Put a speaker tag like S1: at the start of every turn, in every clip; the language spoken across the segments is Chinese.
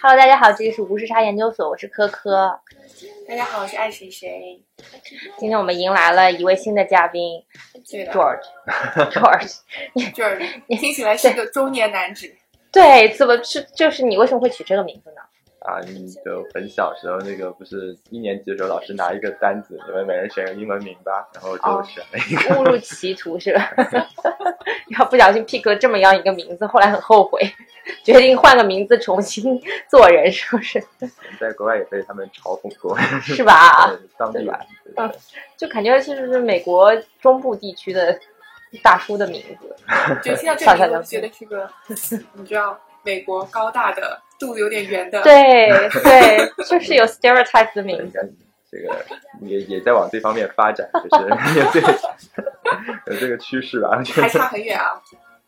S1: Hello，大家好，这里是无时差研究所，我是科科。
S2: 大家好，我是爱谁谁。
S1: 今天我们迎来了一位新的嘉宾
S2: 对的，
S1: ，George。George，
S2: 就是听起来是个中年 男子。
S1: 对，怎么是就是你为什么会取这个名字呢？
S3: 啊，你就很小时候那个不是一年级的时候，老师拿一个单子，你们每人选个英文名吧，然后
S1: 哦
S3: 就选了一个。
S1: 误入歧途是吧？ 然后不小心 pick 了这么样一个名字，后来很后悔， 决定换个名字重新做人，是不是？
S3: 在国外也被他们嘲讽过，
S1: 是吧？
S3: 对 当地
S1: 啊对吧
S3: 人对对对
S1: 就感觉其实是美国中部地区的大叔的名字。
S2: 就听到这
S1: 上
S2: 里，
S1: 下
S2: 我就
S1: 两
S2: 觉得是个，你知道，美国高大的，肚子有点圆的，
S1: 对对，就是有 stereotype 的名
S3: 应
S1: 字。
S3: 该这个也也在往这方面发展，就是有这个 有这个趋势吧。我觉
S2: 还
S3: 得
S2: 差很远啊。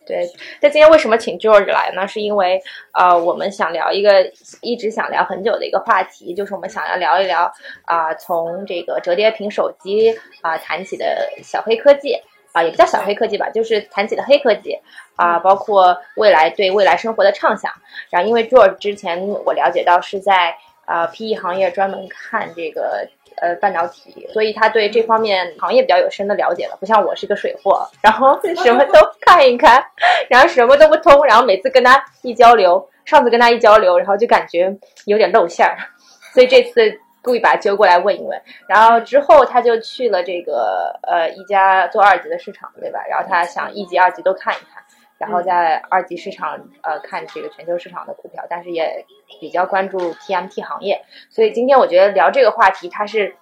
S1: 对，但今天为什么请 George 来呢？是因为呃，我们想聊一个一直想聊很久的一个话题，就是我们想要聊一聊啊、从这个折叠屏手机啊、谈起的小黑科技。啊，也不叫小黑科技吧，就是谈起的黑科技啊，包括未来对未来生活的畅想。然后，因为 George 之前我了解到是在呃 PE 行业专门看这个呃半导体，所以他对这方面行业比较有深的了解了，不像我是个水货，然后什么都看一看，然后什么都不通，然后每次跟他一交流，上次跟他一交流，然后就感觉有点露馅儿，所以这次。故意把他揪过来问一问，然后之后他就去了这个呃一家做二级的市场，对吧？然后他想一级、二级都看一看，然后在二级市场呃看这个全球市场的股票，但是也比较关注 TMT 行业，所以今天我觉得聊这个话题，它是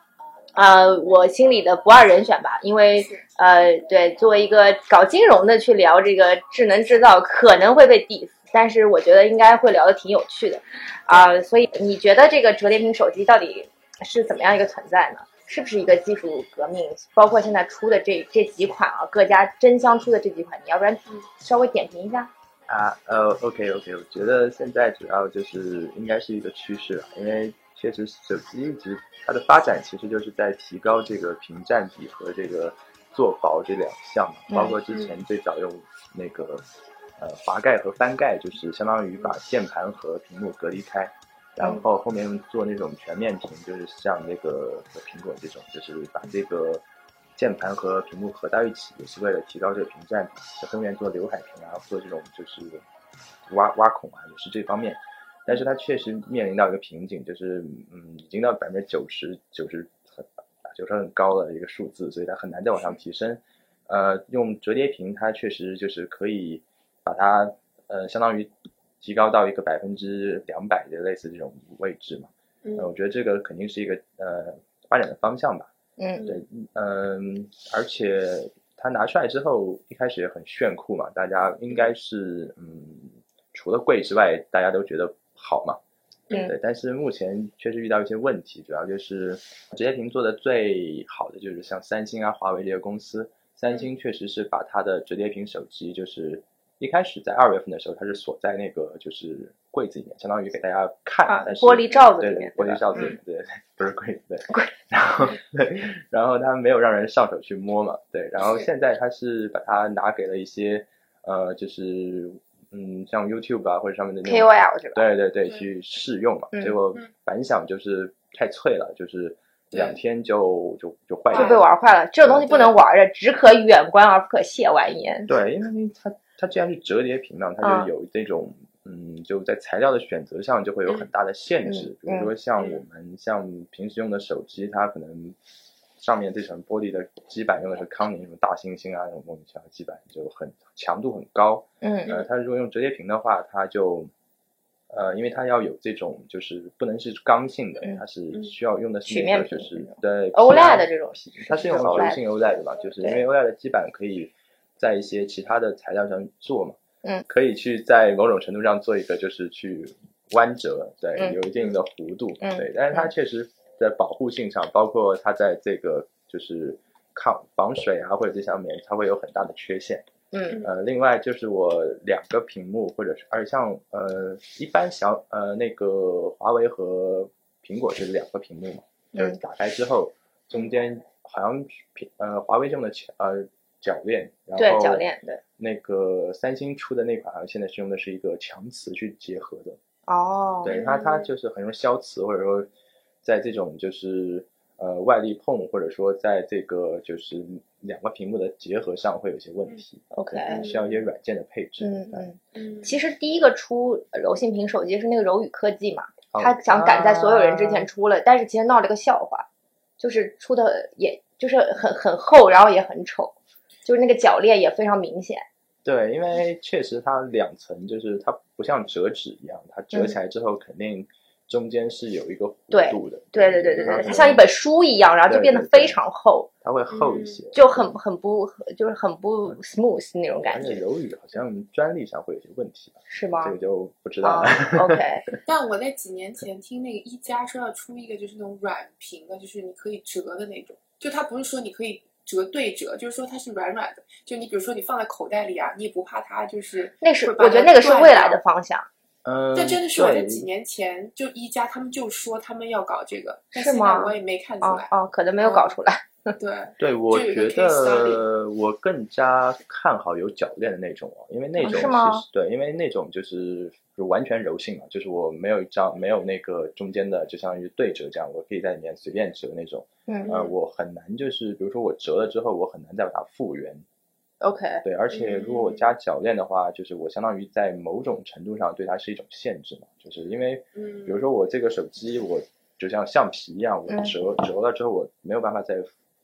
S1: 呃我心里的不二人选吧，因为
S2: 是
S1: 呃，对，作为一个搞金融的去聊这个智能制造，可能会被 diss，但是我觉得应该会聊的挺有趣的，啊、所以你觉得这个折叠屏手机到底是怎么样一个存在呢？是不是一个技术革命？包括现在出的这这几款啊，各家争相出的这几款，你要不然稍微点评一下？
S3: 啊，呃，OK OK，我觉得现在主要就是应该是一个趋势吧，因为确实手机一直它的发展其实就是在提高这个屏占比和这个坐薄这两项嘛，包括之前最早用那个呃滑盖和翻盖，就是相当于把键盘和屏幕隔离开，然后后面做那种全面屏，就是像那个苹果这种，就是把这个键盘和屏幕合到一起，也是为了提高这个屏占比。在后面做刘海屏啊，做这种就是挖挖孔啊，也是这方面。但是它确实面临到一个瓶颈，就是嗯，已经到百分之九十九十很九十很高的一个数字，所以它很难再往上提升。呃，用折叠屏，它确实就是可以把它呃，相当于提高到一个百分之两百的类似这种位置嘛。
S2: 嗯
S3: 呃我觉得这个肯定是一个呃发展的方向吧。
S1: 嗯
S3: 对，嗯，而且它拿出来之后，一开始也很炫酷嘛，大家应该是嗯，除了贵之外，大家都觉得好嘛。
S1: 嗯
S3: 对，但是目前确实遇到一些问题，主要就是折叠屏做的最好的就是像三星啊、华为这些公司，三星确实是把它的折叠屏手机，就是一开始在二月份的时候，它是锁在那个就是柜子里面，相当于给大家看，
S1: 啊
S3: 但，是
S1: 玻璃罩子
S3: 对
S1: 里
S3: 对
S1: 面，
S3: 玻璃
S1: 对吧
S3: 罩子
S2: 嗯，
S3: 对，不是柜子，对。 然后对，然后他没有让人上手去摸嘛，对。然后
S2: 是
S3: 现在他是把它拿给了一些呃，就是嗯，像 YouTube 啊或者上面的那种，
S1: KOL 是吧？
S3: 对对对，
S2: 对
S3: 去试用嘛。
S1: 嗯
S3: 结果
S2: 嗯
S3: 反响就是太脆了，就是
S2: 对
S3: 两天就就就坏
S1: 就
S3: 掉
S1: 被
S3: 了。
S1: 玩坏了，这种东西不能玩的，只可远观而不可亵玩焉。
S3: 对，因为它它既然是折叠屏嘛，它
S1: 啊
S3: 就有这种嗯，就在材料的选择上就会有很大的限制。比
S1: 嗯
S3: 如说像
S2: 嗯
S3: 我们像平时用的手机，它可能上面这层玻璃的基板用的是康宁什么大猩猩啊那种莫名其妙的基板，就很强度很高。
S1: 嗯
S3: 呃，它如果用折叠屏的话，它就呃，因为它要有这种就是不能是刚性的
S1: 嗯，
S3: 它
S2: 嗯
S3: 是需要用的是
S1: 曲
S3: 那
S1: 面
S3: 个
S1: 屏
S3: 就
S1: 那
S3: 是
S1: 种
S3: 对
S1: OLED
S3: PI
S1: E 的这种
S3: 它是用
S1: 是 E
S3: 柔
S1: OLED
S3: 性 OLED 的嘛，就是因
S1: 对
S3: 为 OLED 的基板可以在一些其他的材料上做嘛，
S1: 嗯，
S3: 可以去在某种程度上做一个就是去弯折，对，
S1: 嗯
S3: 有一定的弧度，
S1: 嗯
S3: 对，但是它确实在保护性上，包括它在这个就是抗防水啊或者这上面，它会有很大的缺陷。
S1: 嗯
S3: 呃，另外就是我两个屏幕，或者是而且像呃，一般小呃那个华为和苹果是两个屏幕嘛，就是
S1: 嗯
S3: 打开之后中间好像是屏呃华为用的铰呃铰链，然
S1: 对
S3: 后
S1: 铰链对
S3: 那个三星出的那款好像现在是用的是一个强磁去结合的，
S1: 哦，
S3: 对，它它就是很容易消磁，或者说在这种就是呃外力碰，或者说在这个就是两个屏幕的结合上会有一些
S1: 嗯
S3: 问题。
S1: ，OK，
S3: 对需要一些软件的配置。
S1: 嗯嗯，
S2: 嗯，
S1: 其实第一个出柔性屏手机是那个柔宇科技嘛，
S3: 好
S1: 他想赶在所有人之
S3: 啊
S1: 前出了，但是其实闹了个笑话，就是出的也就是很很厚，然后也很丑，就是那个脚裂也非常明显。
S3: 对，因为确实它两层，就是它不像折纸一样，它折起来之后肯定中间是有一个弧度的。
S1: 嗯对对对对
S3: 它
S1: 对，它
S3: 可能
S1: 像一本书一样，然后就
S3: 对
S1: 变得
S3: 对对
S1: 非常厚，
S3: 它会厚一些，
S1: 就很很不就是很不 smooth 那种
S3: 而
S1: 感
S3: 且
S1: 觉，
S3: 柔宇好像专利上会有些问题吧，
S1: 是吗
S3: 这？个就不知道
S1: 啊
S3: 了。
S1: ，OK，
S2: 但我在几年前听那个一加说要出一个就是那种软屏的，就是你可以折的那种，就它不是说你可以折对折，就是说它是软软的，就你比如说你放在口袋里啊，你也不怕它就是
S1: 那是
S2: 会把它
S1: 我觉得那个是
S2: 拽
S1: 未来的
S2: 掉。
S1: 方向，
S3: 嗯，
S2: 但真的是我在
S3: 对
S2: 几年前就一加他们就说他们要搞这个，但
S1: 是
S2: 现在
S1: 吗
S2: 我也没看出
S1: 哦
S2: 来。嗯
S1: 哦，可能没有搞出来。
S2: 对，
S3: 对，我
S2: 就有一
S3: 觉
S2: 个 case
S3: 得我更加看好有铰链的那种哦，因为那
S1: 哦
S3: 种
S1: 是
S3: 其实、
S1: 吗
S3: 对，因为那种就是就完全柔性嘛，就是我没有一张没有那个中间的，就相当于对折这样，我可以在里面随便折那种。
S1: 嗯
S3: 呃，我很难就是比如说我折了之后，我很难再把它复原。
S1: ，OK，
S3: 对，而且
S1: 嗯
S3: 如果我加铰链的话，就是我相当于在某种程度上对它是一种限制嘛，就是因为
S2: 嗯，
S3: 比如说我这个手机，我就像橡皮一样，我
S1: 嗯
S3: 折、折了之后，我没有办法再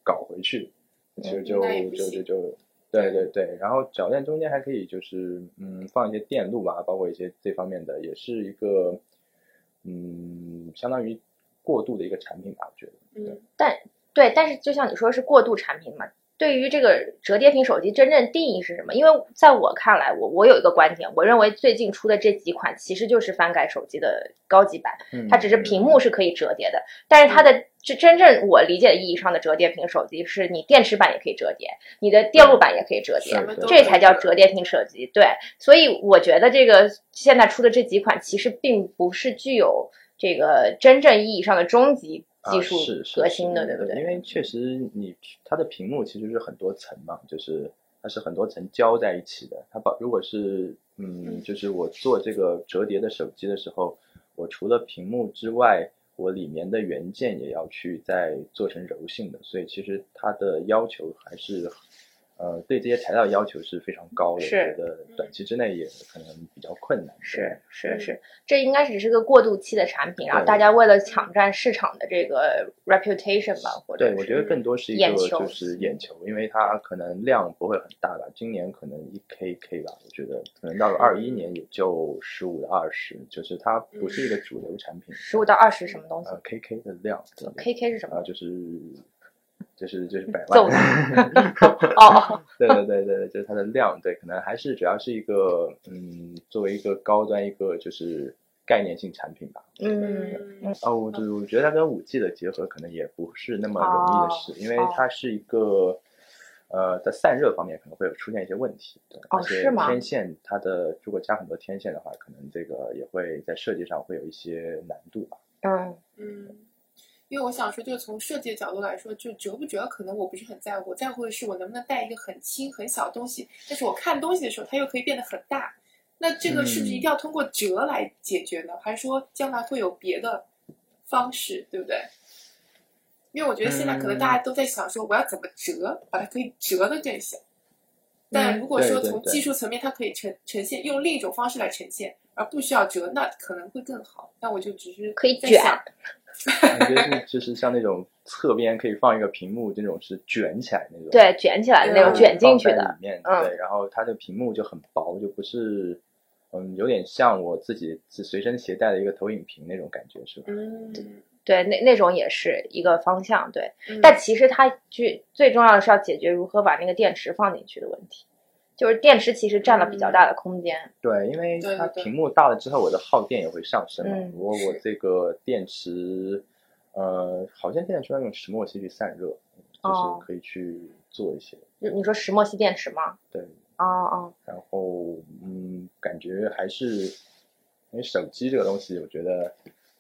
S3: 搞回去，
S1: 嗯
S3: 其实就
S2: 那也不
S3: 就就
S2: 行
S3: 就，对对对。然后铰链中间还可以就是嗯放一些电路啊，包括一些这方面的，也是一个嗯相当于过渡的一个产品吧，我觉得。
S2: 嗯，
S1: 对，但是就像你说是过渡产品嘛，对于这个折叠屏手机真正定义是什么？因为在我看来，我我有一个观点，我认为最近出的这几款其实就是翻盖手机的高级版，
S3: 嗯
S1: 它只是屏幕是可以折叠的，但是它
S2: 嗯
S1: 的这真正我理解的意义上的折叠屏手机，是你电池版也可以折叠，你的电路板也可以折叠
S3: 嗯是，
S2: 什么
S3: 是
S2: 都
S1: 这才叫
S2: 可以
S1: 折叠屏手机。对，所以我觉得这个现在出的这几款其实并不是具有这个真正意义上的终极技术
S3: 啊、是是
S1: 革新的，对
S3: 是
S1: 不
S3: 因
S1: 对？
S3: 为确实你它的屏幕其实是很多层嘛，就是它是很多层交在一起的。它把如果是嗯，
S2: 嗯
S3: 就是我做这个折叠的手机的时候，我除了屏幕之外，我里面的元件也要去再做成柔性的，所以其实它的要求还是。呃，对这些材料要求是非常高的，我
S1: 是嗯
S3: 觉得短期之内也可能比较困难。
S1: 是是
S2: 嗯
S1: 是，这应该只是个过渡期的产品，然后
S3: 对
S1: 大家为了抢占市场的这个 reputation 吧，或者
S3: 对，我觉得更多是一
S1: 眼
S3: 个
S1: 球
S3: 就是眼球，因为它可能量不会很大吧，今年可能一 k k 吧，我觉得可能到了二一年也就十五到二十，就是它不是一个主流产品。
S1: 十五到二十什么东西
S3: 呃 k k 的量对对
S1: ，KK 是什
S3: 啊
S1: 么？
S3: 就是就是就是百
S1: 揍
S3: 万
S1: 你，！哦，
S3: 对对对对，对就是它的量对，可能还是主要是一个嗯，作为一个高端一个就是概念性产品吧。
S1: 嗯
S3: 哦，我觉我觉得它跟五 G 的结合可能也不是那么容易的事，因
S1: 哦
S3: 为它是一个呃，在散热方面可能会有出现一些问题。对，
S1: 哦
S3: 而且
S1: 是吗
S3: 天线它的如果加很多天线的话，可能这个也会在设计上会有一些难度吧。
S1: 嗯
S2: 嗯，因为我想说，就是从设计的角度来说，就折不折，可能我不是很在乎，我在乎的是我能不能带一个很轻很小的东西，但是我看东西的时候，它又可以变得很大。那这个是不是一定
S3: 嗯
S2: 要通过折来解决呢？还是说将来会有别的方式，对不对？因为我觉得现在可能大家
S3: 嗯
S2: 都在想说，我要怎么折，把它可以折的更小。但如果说
S3: 对对
S2: 从
S3: 对
S2: 技术层面，它可以呈呈现用另一种方式来呈现，而不需要折，那可能会更好。那我就只是
S1: 可以
S2: 在
S1: 卷
S2: 想
S3: 我觉得 是就是像那种侧边可以放一个屏幕，这种是卷起来那种，
S1: 对，卷起来的那种
S2: 嗯
S1: 卷进去
S3: 放在
S1: 的，
S3: 里面，
S1: 嗯
S3: 对，然后它的屏幕就很薄，就不是。嗯，有点像我自己是随身携带的一个投影屏那种感觉，是吧？
S2: 嗯，
S1: 对，那那种也是一个方向，对。
S2: 嗯
S1: 但其实它最最重要的是要解决如何把那个电池放进去的问题，就是电池其实占了比
S2: 嗯
S1: 较大的空间。
S3: 对，因为
S2: 对
S3: 它
S2: 对对
S3: 屏幕大了之后，我的耗电也会上升嘛。
S1: 嗯
S3: 如果我
S2: 是
S3: 这个电池，呃，好像现在说要用石墨烯去散热，嗯
S1: 哦
S3: 就是可以去做一些。
S1: 就你说石墨烯电池吗？
S3: 对，
S1: 哦哦，
S3: 然后嗯，感觉还是因为手机这个东西，我觉得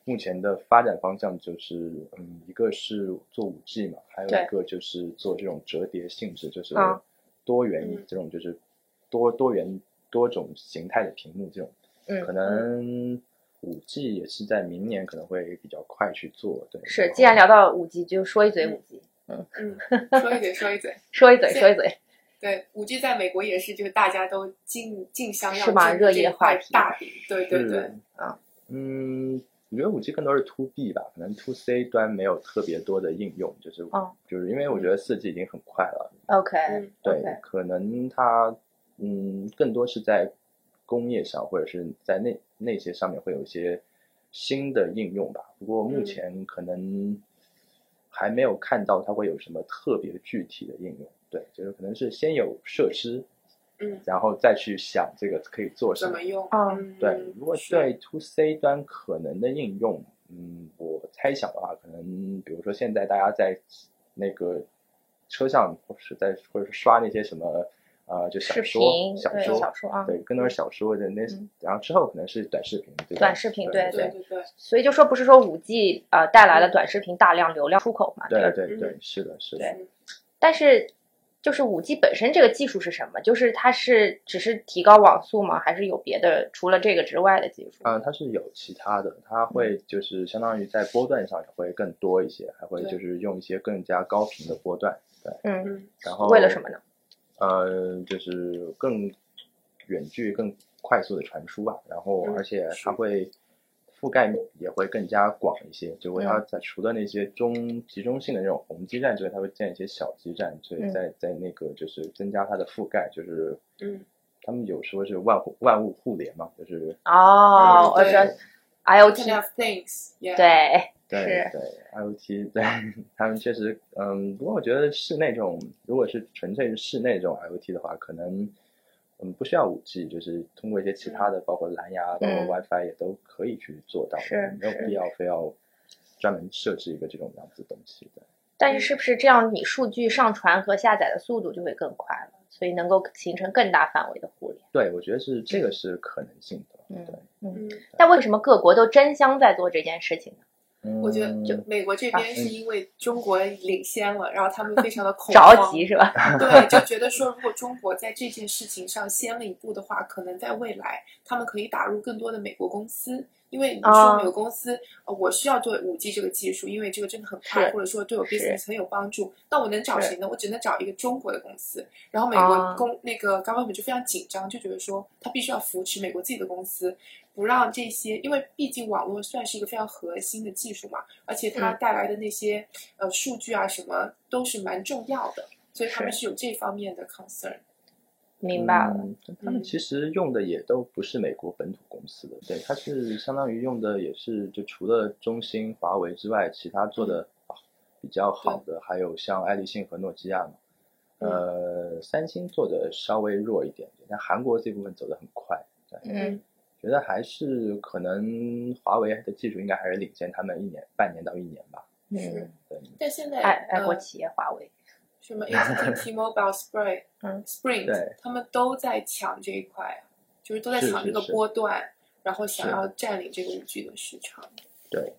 S3: 目前的发展方向就是，嗯，一个是做五 G 嘛，还有
S1: 对
S3: 一个就是做这种折叠性质，就是
S1: 啊
S3: 多元、
S2: 嗯
S3: 这种就是多多元多种形态的屏幕这种，
S1: 嗯
S3: 可能。五 G 也是在明年可能会比较快去做，对。
S1: 是，既然聊到五 G，就说一嘴五 G，
S2: 嗯，说一嘴，说一嘴。
S1: 说一嘴，说一嘴。
S2: 对，五 G 在美国也是，就是大家都竞竞相要
S1: 是吗
S2: 争
S1: 热
S2: 这
S1: 议的
S2: 块
S1: 话题
S2: 大饼，对对对，
S3: 啊，嗯，我觉得五 G 更多是 to B 吧，可能 to C 端没有特别多的应用，就是、
S1: 哦
S3: 就是因为我觉得四 G 已经很快了，
S1: OK，
S2: 嗯
S3: 对
S1: OK
S3: 可能它嗯更多是在工业上或者是在那那些上面会有一些新的应用吧。不过目
S2: 嗯
S3: 前可能还没有看到它会有什么特别具体的应用。对，就是可能是先有设施，
S2: 嗯，
S3: 然后再去想这个可以做什
S2: 怎
S3: 么
S2: 么。用？
S1: 哦
S2: 嗯，
S3: 对，如果
S2: 是
S3: 对 to C 端可能的应用，嗯，我猜想的话，可能比如说现在大家在那个车上，或是在或者是刷那些什么呃，就小
S1: 视
S3: 说、
S1: 频
S3: 小
S1: 对
S3: 说，
S1: 小说啊，
S3: 对，更多是小说的那，
S1: 嗯
S3: 然后之后可能是短视频，对吧
S1: 短视频对
S3: 对
S2: 对
S3: 对
S2: 对对，
S1: 所以就说不是说五 G 呃带来了短视频大量流量出口嘛？
S3: 对
S1: 就
S3: 对
S2: 嗯
S3: 对，是的，是的，
S1: 对但是就是五 G 本身这个技术是什么？就是它是只是提高网速吗？还是有别的除了这个之外的技术？
S3: 啊、它是有其他的，它会
S1: 嗯
S3: 就是相当于在波段上也会更多一些，还会
S2: 对
S3: 就是用一些更加高频的波段，
S1: 嗯，
S2: 嗯
S3: 然后
S1: 为了什么呢？
S3: 呃，就是更远距、更快速的传输吧。然后，
S2: 嗯
S3: 而且
S2: 是
S3: 它会覆盖也会更加广一些，就会
S1: 嗯
S3: 它在除了那些中集中性的那种红基站之外，它会建一些小基站，所以
S1: 嗯
S3: 在在那个就是增加它的覆盖，就是
S2: 嗯，
S3: 他们有说是万户万物互联嘛，就是
S1: 哦，
S2: 嗯
S1: 我知
S2: 对
S1: 道
S3: 对
S2: ，Internet
S1: IoT
S2: of Things，yeah，
S1: 对，
S3: 对
S1: 是
S3: 对 IoT 对他们确实嗯，不过我觉得室内这种如果是纯粹是室内这种 IoT 的话，可能嗯不需要五 G，就是通过一些其他的，包括蓝牙、包
S1: 嗯
S3: 括 WiFi 也都可以去做到的，
S1: 是
S3: 没有
S1: 是
S3: 必要非要专门设置一个这种样子的东西的。
S1: 但是是不是这样，你数据上传和下载的速度就会更快了？所以能够形成更大范围的互联。
S3: 对，我觉得是这个是可能性的。
S1: 嗯
S3: 对，
S2: 嗯，
S1: 但为什么各国都争相在做这件事情呢？
S3: 嗯
S2: 我觉得就美国
S1: 啊
S2: 这边是因为中国领先了，然后他们非 常的恐慌，
S1: 嗯着急是吧？
S2: 对，就觉得说如果中国在这件事情上先了一步的话，可能在未来他们可以打入更多的美国公司。因为你说
S1: 啊
S2: 美国公司，呃我是要对五 G 这个技术，因为这个真的很快，
S1: 是
S2: 或者说对我
S1: 是
S2: business 很有帮助。那我能找
S1: 是
S2: 谁呢？我只能找一个中国的公司。然后美国
S1: 啊
S2: 公、那个 government 就非常紧张，就觉得说他必须要扶持美国自己的公司，不让这些，因为毕竟网络算是一个非常核心的技术嘛，而且它
S1: 嗯
S2: 带来的那些、呃数据啊什么都是蛮重要的。所以他们是有这方面的 concern。
S1: 嗯明白了，
S3: 嗯他们其实用的也都不是美国本土公司的，对，它是相当于用的也是就除了中兴、华为之外，其他做
S1: 嗯
S3: 的啊比较好的还有像爱立信和诺基亚嘛。
S2: 嗯
S3: 呃，三星做的稍微弱一点，但韩国这部分走得很快，
S1: 嗯，
S3: 觉得还是可能华为的技术应该还是领先他们一年、半年到一年吧。
S1: 嗯，
S3: 对，
S2: 但现在
S1: 爱爱国
S2: 呃、
S1: 企业华为，
S2: 什么 AT&T、T-Mobile、Sprint、
S1: 嗯
S2: Sprint，
S3: 对
S2: 他们都在抢这一块，就是都在
S3: 是
S2: 抢
S3: 是
S2: 这个
S3: 是
S2: 波段，然后想
S3: 是
S2: 要占领这个五 G 的市场。
S3: 对，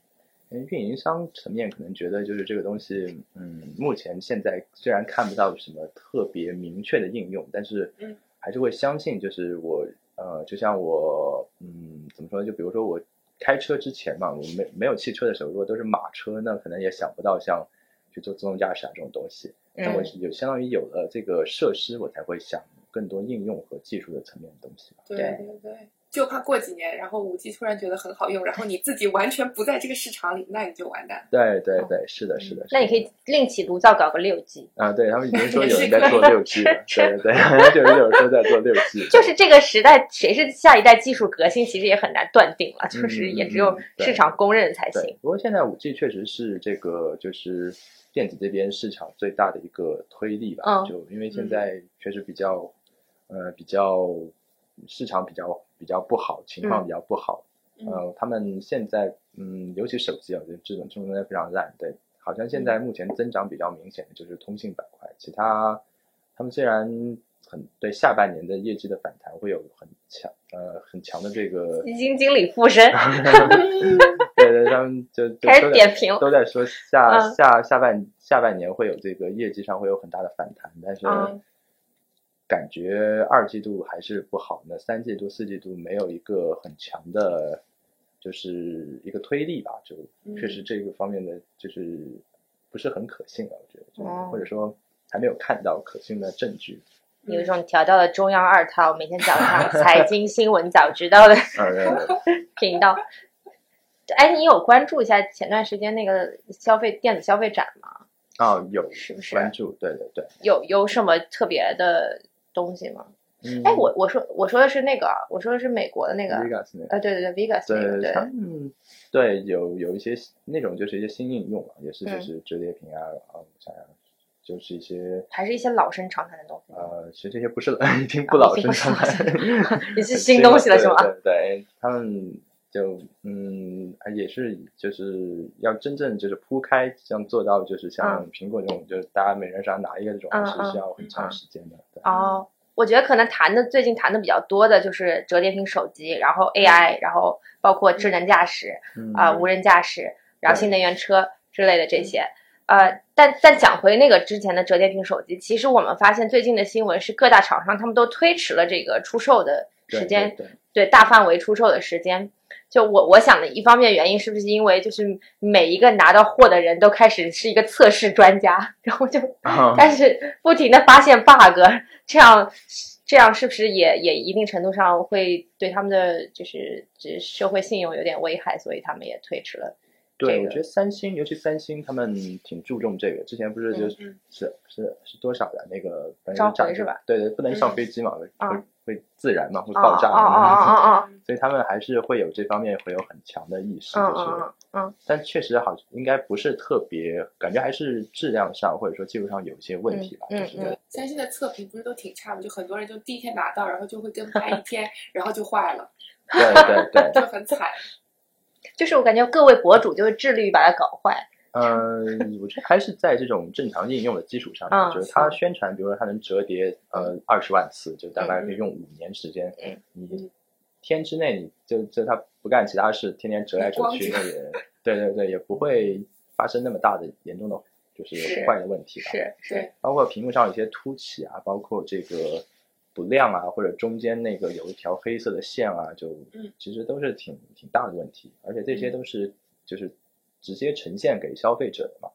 S3: 因为运营商层面可能觉得就是这个东西，嗯，目前现在虽然看不到什么特别明确的应用，但是
S2: 嗯
S3: 还是会相信，就是我呃，就像我嗯，怎么说呢？就比如说我开车之前嘛，我没没有汽车的时候，如果都是马车，那可能也想不到像去做自动驾驶啊这种东西。那我
S1: 嗯，
S3: 有相当于有了这个设施，我才会想更多应用和技术的层面的东西吧。
S2: 对
S1: 对
S2: 对对，就怕过几年，然后五 G 突然觉得很好用，然后你自己完全不在这个市场里，那你就完蛋了。
S3: 对对对，是的，是的。是
S1: 哦嗯那你
S3: 的
S1: 可以另起炉灶搞个六 G，
S3: 啊，对他们已经说
S2: 也
S3: 有
S2: 是
S3: 人在
S2: 可
S3: 做
S1: 以
S3: 六 G 了，
S1: 是
S3: 对对对， 就是有人说在做六 G，
S1: 就是这个时代，谁是下一代技术革新，其实也很难断定了，就是也只有
S3: 嗯嗯对
S1: 市场公认才
S3: 对
S1: 行。。
S3: 不过现在五 G 确实是这个就是电子这边市场最大的一个推力吧，
S1: 嗯
S3: 就因为现在确实比较、呃比较市场比较比较不好，情况比较不好，
S2: 嗯，
S3: 呃，他们现在嗯，尤其手机啊，我觉得这种竞争非常烂。对，好像现
S1: 嗯
S3: 在目前增长比较明显的就是通信板块，其他他们虽然很对下半年的业绩的反弹会有很强呃很强的这个，
S1: 基金经理附身
S3: 对对，他们就就
S1: 开
S3: 都
S1: 始
S3: 在
S1: 点评，
S3: 都在说下、
S1: 嗯
S3: 下下半下半年会有这个业绩上会有很大的反弹，但是。
S1: 嗯
S3: 感觉二季度还是不好，那三季度、四季度没有一个很强的，就是一个推力吧，就
S2: 嗯
S3: 确实这个方面的就是不是很可信啊，我觉得，就是
S1: 哦
S3: 或者说还没有看到可信的证 据。
S1: 有
S3: 嗯
S2: 嗯
S1: 一种调教的中央二套，每天早 上财经新闻早知道的
S3: 呃，
S1: 频道。哎，你有关注一下前段时间那个消费电子消费展吗？
S3: 啊，有
S1: 是不是
S3: 关注，对对对。
S1: 有有什么特别的东西吗？
S3: 嗯
S1: 哎，我我说我说的是那个，我说的是美国的那个，
S3: Vegas 那个
S1: 呃，对对对，Vegas 那个，
S3: 对，
S1: 对，
S3: 嗯，对，有有一些那种就是一些新应用啊，也是就是折叠屏啊，啊，我想想，就是一些
S1: 还是一些老生常谈的东西。
S3: 呃，其实这些不是老 已经
S1: 啊
S3: 不老生常谈，
S1: 你是
S3: 很
S1: 新东西了是吗？
S3: 对对对，他们就嗯，啊也是就是要真正就是铺开，这样做到就是像苹果这种，就是大家每人手上拿一个这种，
S1: 嗯
S3: 是需
S1: 嗯
S3: 要很长时间的。对
S1: 哦，我觉得可能谈的最近谈的比较多的就是折叠屏手机，然后 AI，然后包括智能驾驶
S3: 嗯
S1: 啊、无人驾驶，然后
S3: 对
S1: 新能源车之类的这些。呃，但但讲回那个之前的折叠屏手机，其实我们发现最近的新闻是各大厂商他们都推迟了这个出售的
S3: 对
S1: 时间，
S3: 对对
S1: 对 大范围出售的时间。就我我想的一方面原因是不是因为就是每一个拿到货的人都开始是一个测试专家，然后就
S3: 啊
S1: 但是不停的发现 bug，这 样这样是不是也也一定程度上会对他们的就是就是社会信用有点危害，所以他们也推迟了。
S3: 对，
S1: 这
S3: 我
S1: 个
S3: 觉得三星，尤其三星，他们挺注重这个。之前不是就是、
S2: 嗯嗯
S3: 是是是多少的那个，反
S1: 召
S3: 正
S1: 回
S3: 涨
S1: 是吧？
S3: 对对，不能上飞机嘛，
S1: 啊
S3: 会会自燃嘛，会
S1: 哦
S3: 爆炸
S1: 哦哦
S3: 嘛。
S1: 哦哦哦，
S3: 所以他们还是会有这方面会有很强的意
S1: 嗯
S3: 识，就
S1: 嗯
S3: 是，
S1: 嗯嗯
S3: 但确实好，应该不是特别，感觉还是质量上或者说技术上有一些问题吧，
S1: 嗯
S3: 就是
S1: 嗯
S3: 对
S1: 嗯
S2: 三星的测评不是都挺差的，就很多人就第一天拿到，然后就会跟拍一天，然后就坏了，
S3: 对对
S2: 就
S3: 对，
S2: 很惨。
S1: 就是我感觉各位博主就是致力于把它搞坏。
S3: 嗯，我觉得还是在这种正常应用的基础上，
S1: 嗯
S3: 就是它宣传，比如说它能折叠呃二十万次，就大概可以用五年时间，
S1: 嗯
S3: 你天之内你就就它不干其他事，天天折来折去，
S2: 光
S3: 那也对对对，也不会发生那么大的严重的就是
S1: 是
S3: 坏的问题吧。
S1: 是是，
S3: 包括屏幕上有些凸起啊，包括这个不亮啊，或者中间那个有一条黑色的线啊，就
S2: 嗯
S3: 其实都是挺挺大的问题，而且
S1: 嗯
S3: 这些都是就是直接呈现给消费者的嘛。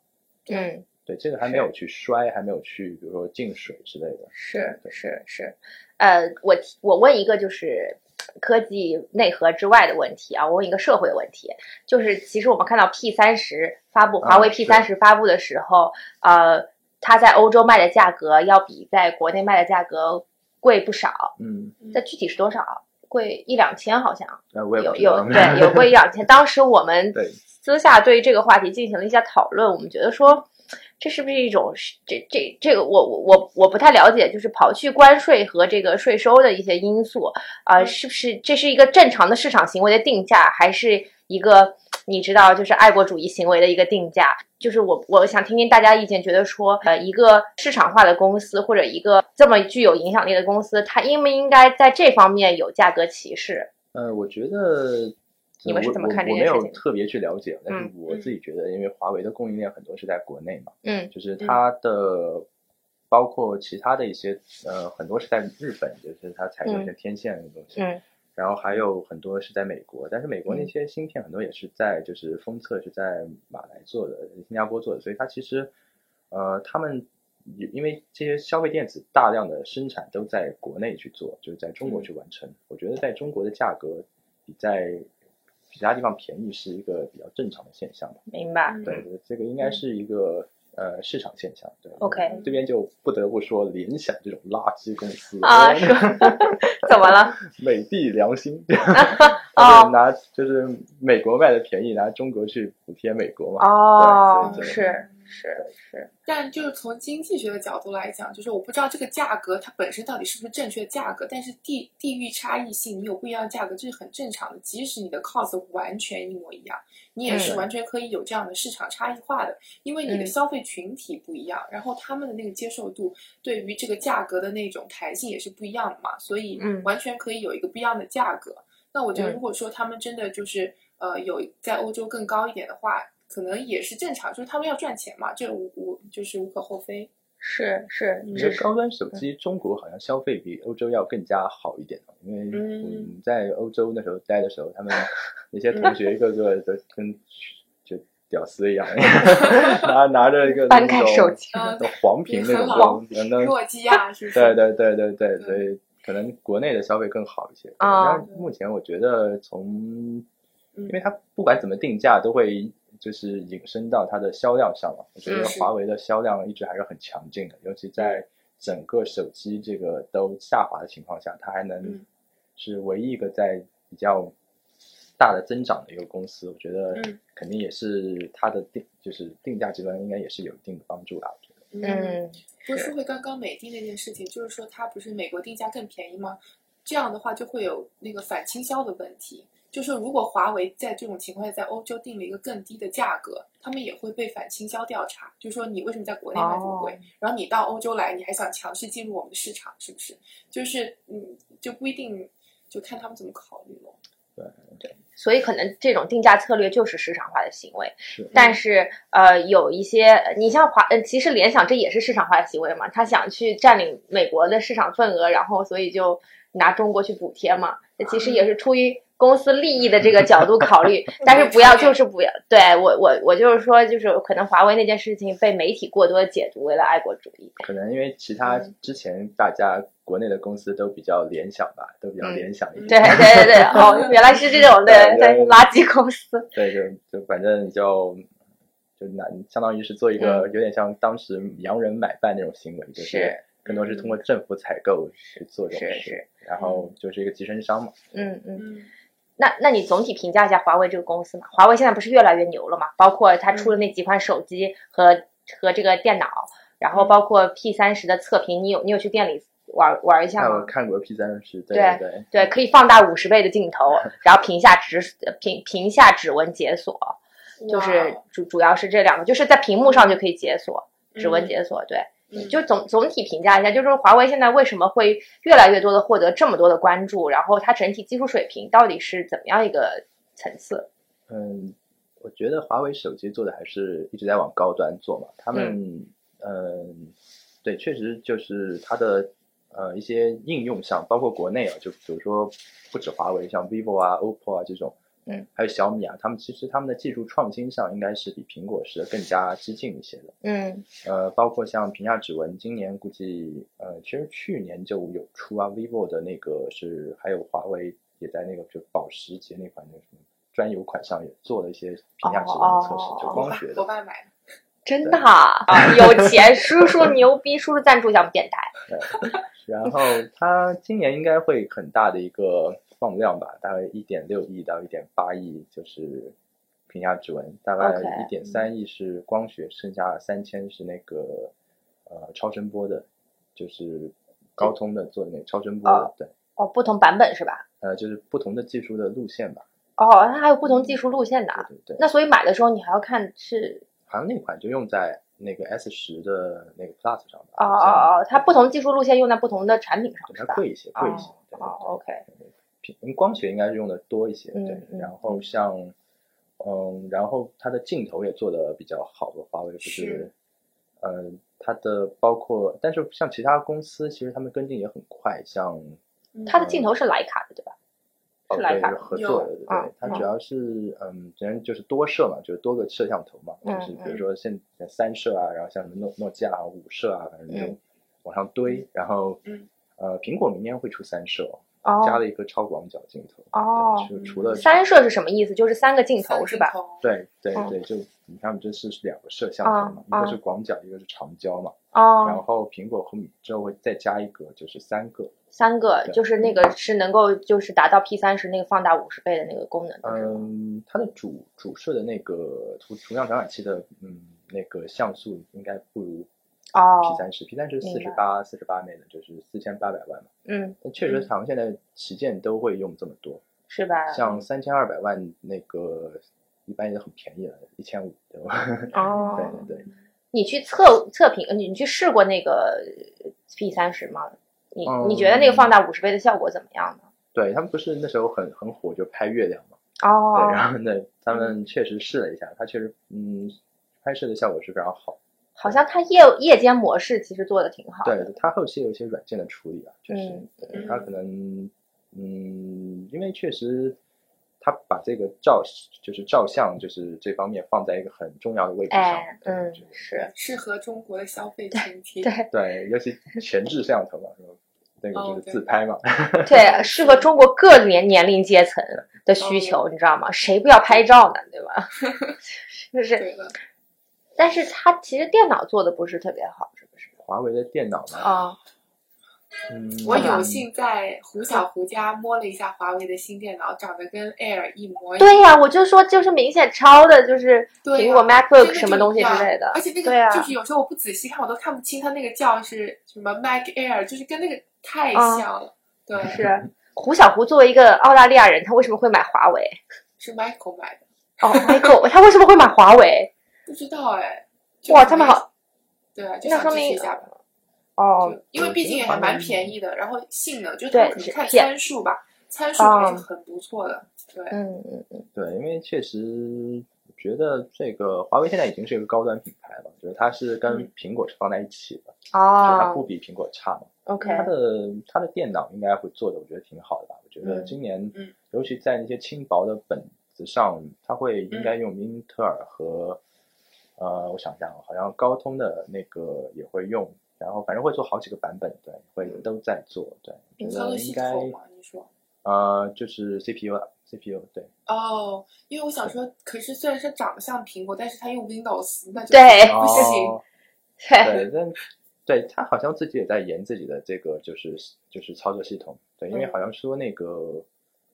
S1: 嗯
S3: 对，这个还没有去摔，还没有去比如说进水之类的。
S1: 是是是，呃，我提我问一个就是。科技内核之外的问题啊，我问一个社会的问题，就是其实我们看到 P 三十发布，华为
S3: 啊
S1: P
S3: 是
S1: 三十发布的时候，呃，它在欧洲卖的价格要比在国内卖的价格贵不少，
S3: 嗯，
S1: 但具体是多少？贵一两千好像，
S3: 那我也
S1: 有
S3: 不知道
S1: 有对 有贵一两千。当时我们
S3: 对
S1: 私下对于这个话题进行了一下讨论，我们觉得说，这是不是一种是这这这个我我我我不太了解，就是刨去关税和这个税收的一些因素，呃，
S2: 嗯
S1: 是不是这是一个正常的市场行为的定价，还是一个你知道就是爱国主义行为的一个定价？就是我我想听听大家意见，觉得说，呃，一个市场化的公司或者一个这么具有影响力的公司，它应不应该在这方面有价格歧视？
S3: 呃，我觉得
S1: 你们是
S3: 我
S1: 怎么
S3: 我
S1: 看这
S3: 我
S1: 件
S3: 没
S1: 事
S3: 有
S1: 情的
S3: 特别去了解，但是
S1: 嗯
S3: 我
S2: 嗯
S3: 自己觉得，因为华为的供应链很多是在国内嘛。
S1: 嗯
S3: 就是它的包括其他的一些呃，很多是在日本，就是它采用一些天线的东西，
S1: 嗯
S3: 然后还有很多是在美国，但是美国那
S1: 嗯
S3: 些芯片很多也是在就是封测是在马来做的，新加坡做的，所以它其实呃，他们也因为这些消费电子大量的生产都在国内去做，就是在
S1: 嗯
S3: 中国去完成，我觉得在中国的价格比在其他地方便宜是一个比较正常的现象吧。
S1: 明白。
S3: 对，这个应该是一个呃市场现象。对
S1: 嗯 OK
S3: 这边就不得不说联想这种垃圾公司
S1: 啊，说怎么了？
S3: 美的良心，
S1: 哦
S3: 他们拿就是美国卖的便宜，拿中国去补贴美国嘛。
S1: 哦，
S3: 对对对
S1: 是是是，
S2: 但就是从经济学的角度来讲，就是我不知道这个价格它本身到底是不是正确价格，但是地地域差异性，你有不一样的价格，这是很正常的。即使你的 cost 完全一模一样，你也是
S1: 嗯
S2: 完全可以有这样的市场差异化的，因为你的
S1: 嗯
S2: 消费群体不一样，然后他们的那个接受度对于这个价格的那种弹性也是不一样的嘛，所以
S1: 嗯
S2: 完全可以有一个不一样的价格。那我觉得，
S1: 嗯
S2: 如果说他们真的就是呃有在欧洲更高一点的话，可能也是正常，就是他们要赚钱嘛，这无无就是无可厚非。
S1: 是是
S3: 我觉
S1: 是
S3: 得高端手机中国好像消费比欧洲要更加好一点，因为
S2: 嗯
S3: 我们在欧洲那时候待的时候，他们那些同学一个个都跟就屌丝 一样，拿拿着一个
S1: 翻开手机，
S3: 那
S2: 嗯
S3: 种黄屏那种
S2: 黄
S3: 东西，那
S2: 诺基亚啊是不是？
S3: 呃对对对
S2: 嗯
S3: 对对，
S2: 哦
S3: 所以可能国内的消费更好一些。
S1: 啊
S3: 但目前我觉得从，
S2: 嗯
S3: 因为它不管怎么定价，都会就是引申到它的销量上嘛。我觉得
S1: 嗯
S2: 是嗯
S3: 华为的销量一直还是很强劲的，尤其在整个手机这个都下滑的情况下，它还能
S2: 嗯
S3: 是唯一一个在比较大的增长的一个公司。我觉得
S2: 嗯
S3: 肯定也是它的定就是定价这端应该也是有一定的啊帮助啦。我觉得
S2: 嗯，
S1: 嗯，
S2: 不
S1: 是
S2: 是会刚刚美的那件事情，就是说它不是美国定价更便宜吗？这样的话就会有那个反倾销的问题。就是如果华为在这种情况下在欧洲定了一个更低的价格，他们也会被反倾销调查，就说你为什么在国内卖这么贵，
S1: 哦
S2: 然后你到欧洲来，你还想强势进入我们的市场，是不是？就是嗯，就不一定，就看他们怎么考虑了。，
S1: 所以可能这种定价策略就是市场化的行为。
S3: 是。
S1: 但是呃，有一些你像华，呃，其实联想这也是市场化的行为嘛，他想去占领美国的市场份额，然后所以就拿中国去补贴嘛，这其实也是出于。公司利益的这个角度考 虑但是不要就是不要，对我我我就是说，就是可能华为那件事情被媒体过多地解读为了爱国主义，
S3: 可能因为其他
S2: 嗯
S3: 之前大家国内的公司都比较联想吧，都比较
S1: 嗯
S3: 联想一
S1: 对
S3: 点，
S1: 对对对，哦，原来是这种的
S3: 对
S1: 对
S3: 对
S1: 垃圾公司，
S3: 对，就就反正就就难，相当于是做一个有点像当时洋人买办那种行为，就是
S1: 是
S3: 更多是通过政府采购去做这种
S1: 是
S3: 事
S1: 是，
S3: 然后就是一个集成商嘛。
S1: 嗯嗯。
S2: 嗯，
S1: 那那你总体评价一下华为这个公司嘛？华为现在不是越来越牛了嘛？包括它出的那几款手机和、和这个电脑，然后包括 P 三十的测评，你有你有去店里玩玩一下
S3: 看
S1: 吗
S3: 我？看过 P 三十，对
S1: 对
S3: 对
S1: 对，可以放大五十倍的镜头，然后屏下指屏屏下指纹解锁，就是
S2: 嗯哇
S1: 主主要是这两个，就是在屏幕上就可以解锁指纹解锁，对。
S2: 嗯
S1: 就总总体评价一下，就是说华为现在为什么会越来越多的获得这么多的关注，然后它整体技术水平到底是怎么样一个层次？
S3: 嗯，我觉得华为手机做的还是一直在往高端做嘛。他们嗯、对，确实就是它的呃一些应用上，包括国内啊，就比如说不止华为，像 vivo 啊、OPPO 啊这种，
S1: 嗯，
S3: 还有小米啊，他们其实他们的技术创新上应该是比苹果是更加激进一些的。
S1: 嗯
S3: 呃，包括像屏下指纹，今年估计呃，其实去年就有出啊，vivo 的那个是，还有华为也在那个就保时捷那款那个什么专有款上也做了一些屏下指纹测试，
S1: 哦
S3: 就
S2: 我
S3: 光
S2: 爸
S3: 学
S2: 我
S3: 的。
S2: 爸买的，，
S1: 真的啊，啊有钱，叔叔牛逼，叔叔赞助一下我们电台。
S3: 然后它今年应该会很大的一个放量吧，大概一点六亿到一点八亿，就是屏下指纹，大概
S1: OK 嗯
S3: 一点三亿是光学，剩下三千是那个呃超声波的，就是高通的做的那个超声波的，
S1: 哦
S3: 对。
S1: 哦，不同版本是吧？
S3: 呃，就是不同的技术的路线吧。
S1: 哦，那还有不同技术路线的啊。
S3: 对对对，
S1: 那所以买的时候你还要看是
S3: 好像那款就用在那个 S 十的那个 Plus 上
S1: 哦
S3: 吧。好像
S1: 哦哦，它不同技术路线用在不同的产品上
S3: 对
S1: 是
S3: 它
S1: 吧？
S3: 贵一些，贵一些。对
S1: 哦，OK，
S3: 对屏光学应该是用的多一些，
S1: 嗯
S3: 对。
S1: 嗯
S3: 然后像，嗯，然后它的镜头也做的比较好的，华为不是
S2: 是，
S3: 呃，它的包括，但是像其他公司，其实他们跟进也很快，像
S2: 嗯
S1: 它的镜头是徕卡的对吧？
S3: 哦，
S1: 是徕
S3: 对，
S1: 卡
S3: 是合
S2: 有
S3: 作的，对，
S1: 啊
S3: 它
S1: 嗯
S3: 主要是嗯，反正就是多摄嘛，就是多个摄像头嘛，
S1: 嗯
S3: 就是比如说现在三摄啊，然后像什么诺诺基亚啊、五摄啊，反正就
S1: 嗯
S3: 往上堆，然后
S2: 嗯
S3: 呃，苹果明年会出三摄哦，加
S1: 哦
S3: 了一个超广角镜头，
S1: 哦，
S3: 对就
S2: 嗯
S3: 除了
S1: 三摄是什么意思？就是三个镜头是吧？？
S3: 对对
S1: 嗯
S3: 对，就你看这是两个摄像头嘛，
S1: 啊
S3: 一个是广角，一个是长焦嘛，然
S1: 哦，
S3: 后苹果后面之后会再加一个，就是三个，
S1: 三个
S3: 对
S1: 就是那个是能够就是达到 P 三十那个放大五十倍的那个功能的是吗？
S3: 嗯，它的主主摄的那个图图像传感器的，嗯，那个像素应该不如 P
S1: 哦，
S3: 三十，P 三十四
S1: 明
S3: 十
S1: 白
S3: 八四十八内的，就是四千八百万嘛。
S1: 嗯，嗯
S3: 但确实，好像现在旗舰都会用这么多，
S1: 是吧？
S3: 像三千二百万那个一般也很便宜了，一千五对吧？
S1: 哦，
S3: 对对对，
S1: 你去测测评，呃你你去试过那个 P 三十吗？你
S3: 嗯
S1: 你觉得那个放大五十倍的效果怎么样呢？
S3: 对他们不是那时候很很火，就拍月亮嘛。对，
S1: 哦，
S3: 嗯然后呢，他们确实试了一下，它确实，嗯，拍摄的效果是非常好。
S1: 好像它夜夜间模式其实做的挺好的。
S3: 对，它后期有一些软件的处理啊，确实，
S1: 嗯
S3: 对它可能，嗯，因为确实，它把这个照就是照相就是这方面放在一个很重要的位置上，
S1: 哎，
S3: 对
S1: 嗯
S3: 就，
S1: 是，
S2: 适合中国的消费群体。
S1: 对
S3: 对，尤其前置摄像头嘛，是吧？那个
S2: 哦
S3: 就是
S2: 对
S3: 自拍嘛，
S1: 对，适合中国各年年龄阶层的需
S2: 哦
S1: 求，你知道吗？谁不要拍照呢，对 吧？就是，
S2: 对了，
S1: 但是它其实电脑做的不是特别好，是不是？
S3: 华为的电脑嘛，
S2: 哦
S1: 啊、
S3: 嗯，
S2: 我有幸在胡小胡家摸了一下华为的新电脑，长得跟 Air 一模一样。
S1: 对呀、我就说就是明显抄的，就是
S2: 对
S1: 苹
S2: 呀
S1: 果 MacBook
S2: 真的
S1: 什么
S2: 就
S1: 东西
S2: 一样
S1: 之类 的
S2: 而且那
S1: 对呀
S2: 个就是有时候我不仔细看，我都看不清它那个叫是什么 Mac Air，就是跟那个太
S1: 啊
S2: 像了。对，
S1: 是。胡小胡作为一个澳大利亚人，他为什么会买华为？
S2: 是 Michael 买的，
S1: 哦 ，Michael，他为什么会买华为？
S2: 不知道哎。就
S1: 哇，
S2: 可
S1: 他们
S2: 能
S1: 好，
S2: 对啊，就
S1: 那
S2: 想
S1: 说
S2: 支持
S1: 明
S2: 一下吧。
S1: 哦，
S2: 就因为毕竟也还蛮便宜的，然后性能就是他
S1: 嗯对
S2: 们可能
S1: 是
S2: 看
S1: 便
S2: 参数吧，参数还是很不错的。对，
S1: 嗯嗯
S3: 对，因为确实我觉得这个华为现在已经是一个高端品牌了，就是它是跟
S2: 嗯
S3: 苹果是放在一起的，就是它不
S1: 哦
S3: 比苹果差嘛。
S1: ，OK，
S3: 它的它的电脑应该会做的，我觉得挺好的吧。我觉得
S1: 嗯
S3: 今年，
S2: 嗯
S3: 尤其在那些轻薄的本子上，它会应
S2: 嗯
S3: 该用英特尔和、呃，我想一下啊，好像高通的那个也会用，然后反正会做好几个版本，对，会
S2: 嗯
S3: 都在做，对，我
S2: 你
S3: 觉
S2: 操作
S3: 得
S2: 系
S3: 嗯应该
S2: 统嘛，你说。
S3: 呃就是 CPU 啊 CPU 对，
S2: 哦，因为我想说，可是虽然说长得像苹果，但是它用 Windows，那就
S1: 对
S2: 哎不行。
S3: 哦
S1: 对，
S3: 对，但对他好像自己也在研自己的这个就是就是操作系统，对，因为
S1: 嗯
S3: 好像说那个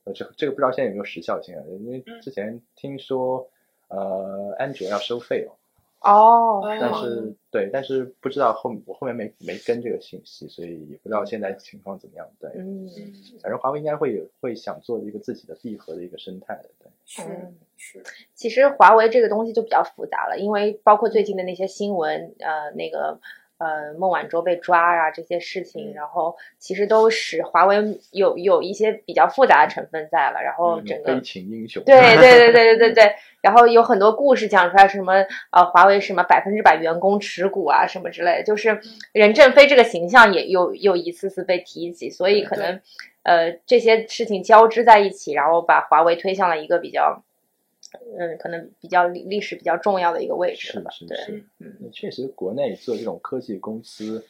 S3: 呃这这个不知道现在有没有时效性啊，因为
S2: 嗯
S3: 之前听说呃安卓要收费哦，
S1: 哦，
S3: 但
S2: 哦
S3: 是对，但是不知道后我后面没没跟这个信息，所以也不知道现在情况怎么样。对，
S1: 嗯，
S2: 嗯，
S3: 反正华为应该会有会想做一个自己的闭合的一个生态的，对，
S2: 是
S1: 嗯
S2: 是，
S1: 其实华为这个东西就比较复杂了，因为包括最近的那些新闻，呃，那个呃孟晚舟被抓啊这些事情，
S2: 嗯
S1: 然后其实都使华为有有一些比较复杂的成分在了，然后
S2: 嗯
S1: 整个
S3: 悲情英 雄，
S1: 对对对对对对对，然后有很多故事讲出来，什么呃，华为什么百分之百员工持股啊，什么之类的，
S3: 嗯
S1: 就是任正非这个形象也有有一次次被提及，所以可能呃这些事情交织在一起，然后把华为推向了一个比较嗯，可能比较历历史比较重要的一个位置
S3: 是
S1: 吧，
S3: 是
S1: 对，
S3: 是，
S1: 嗯
S3: 那确实国内做这种科技公司，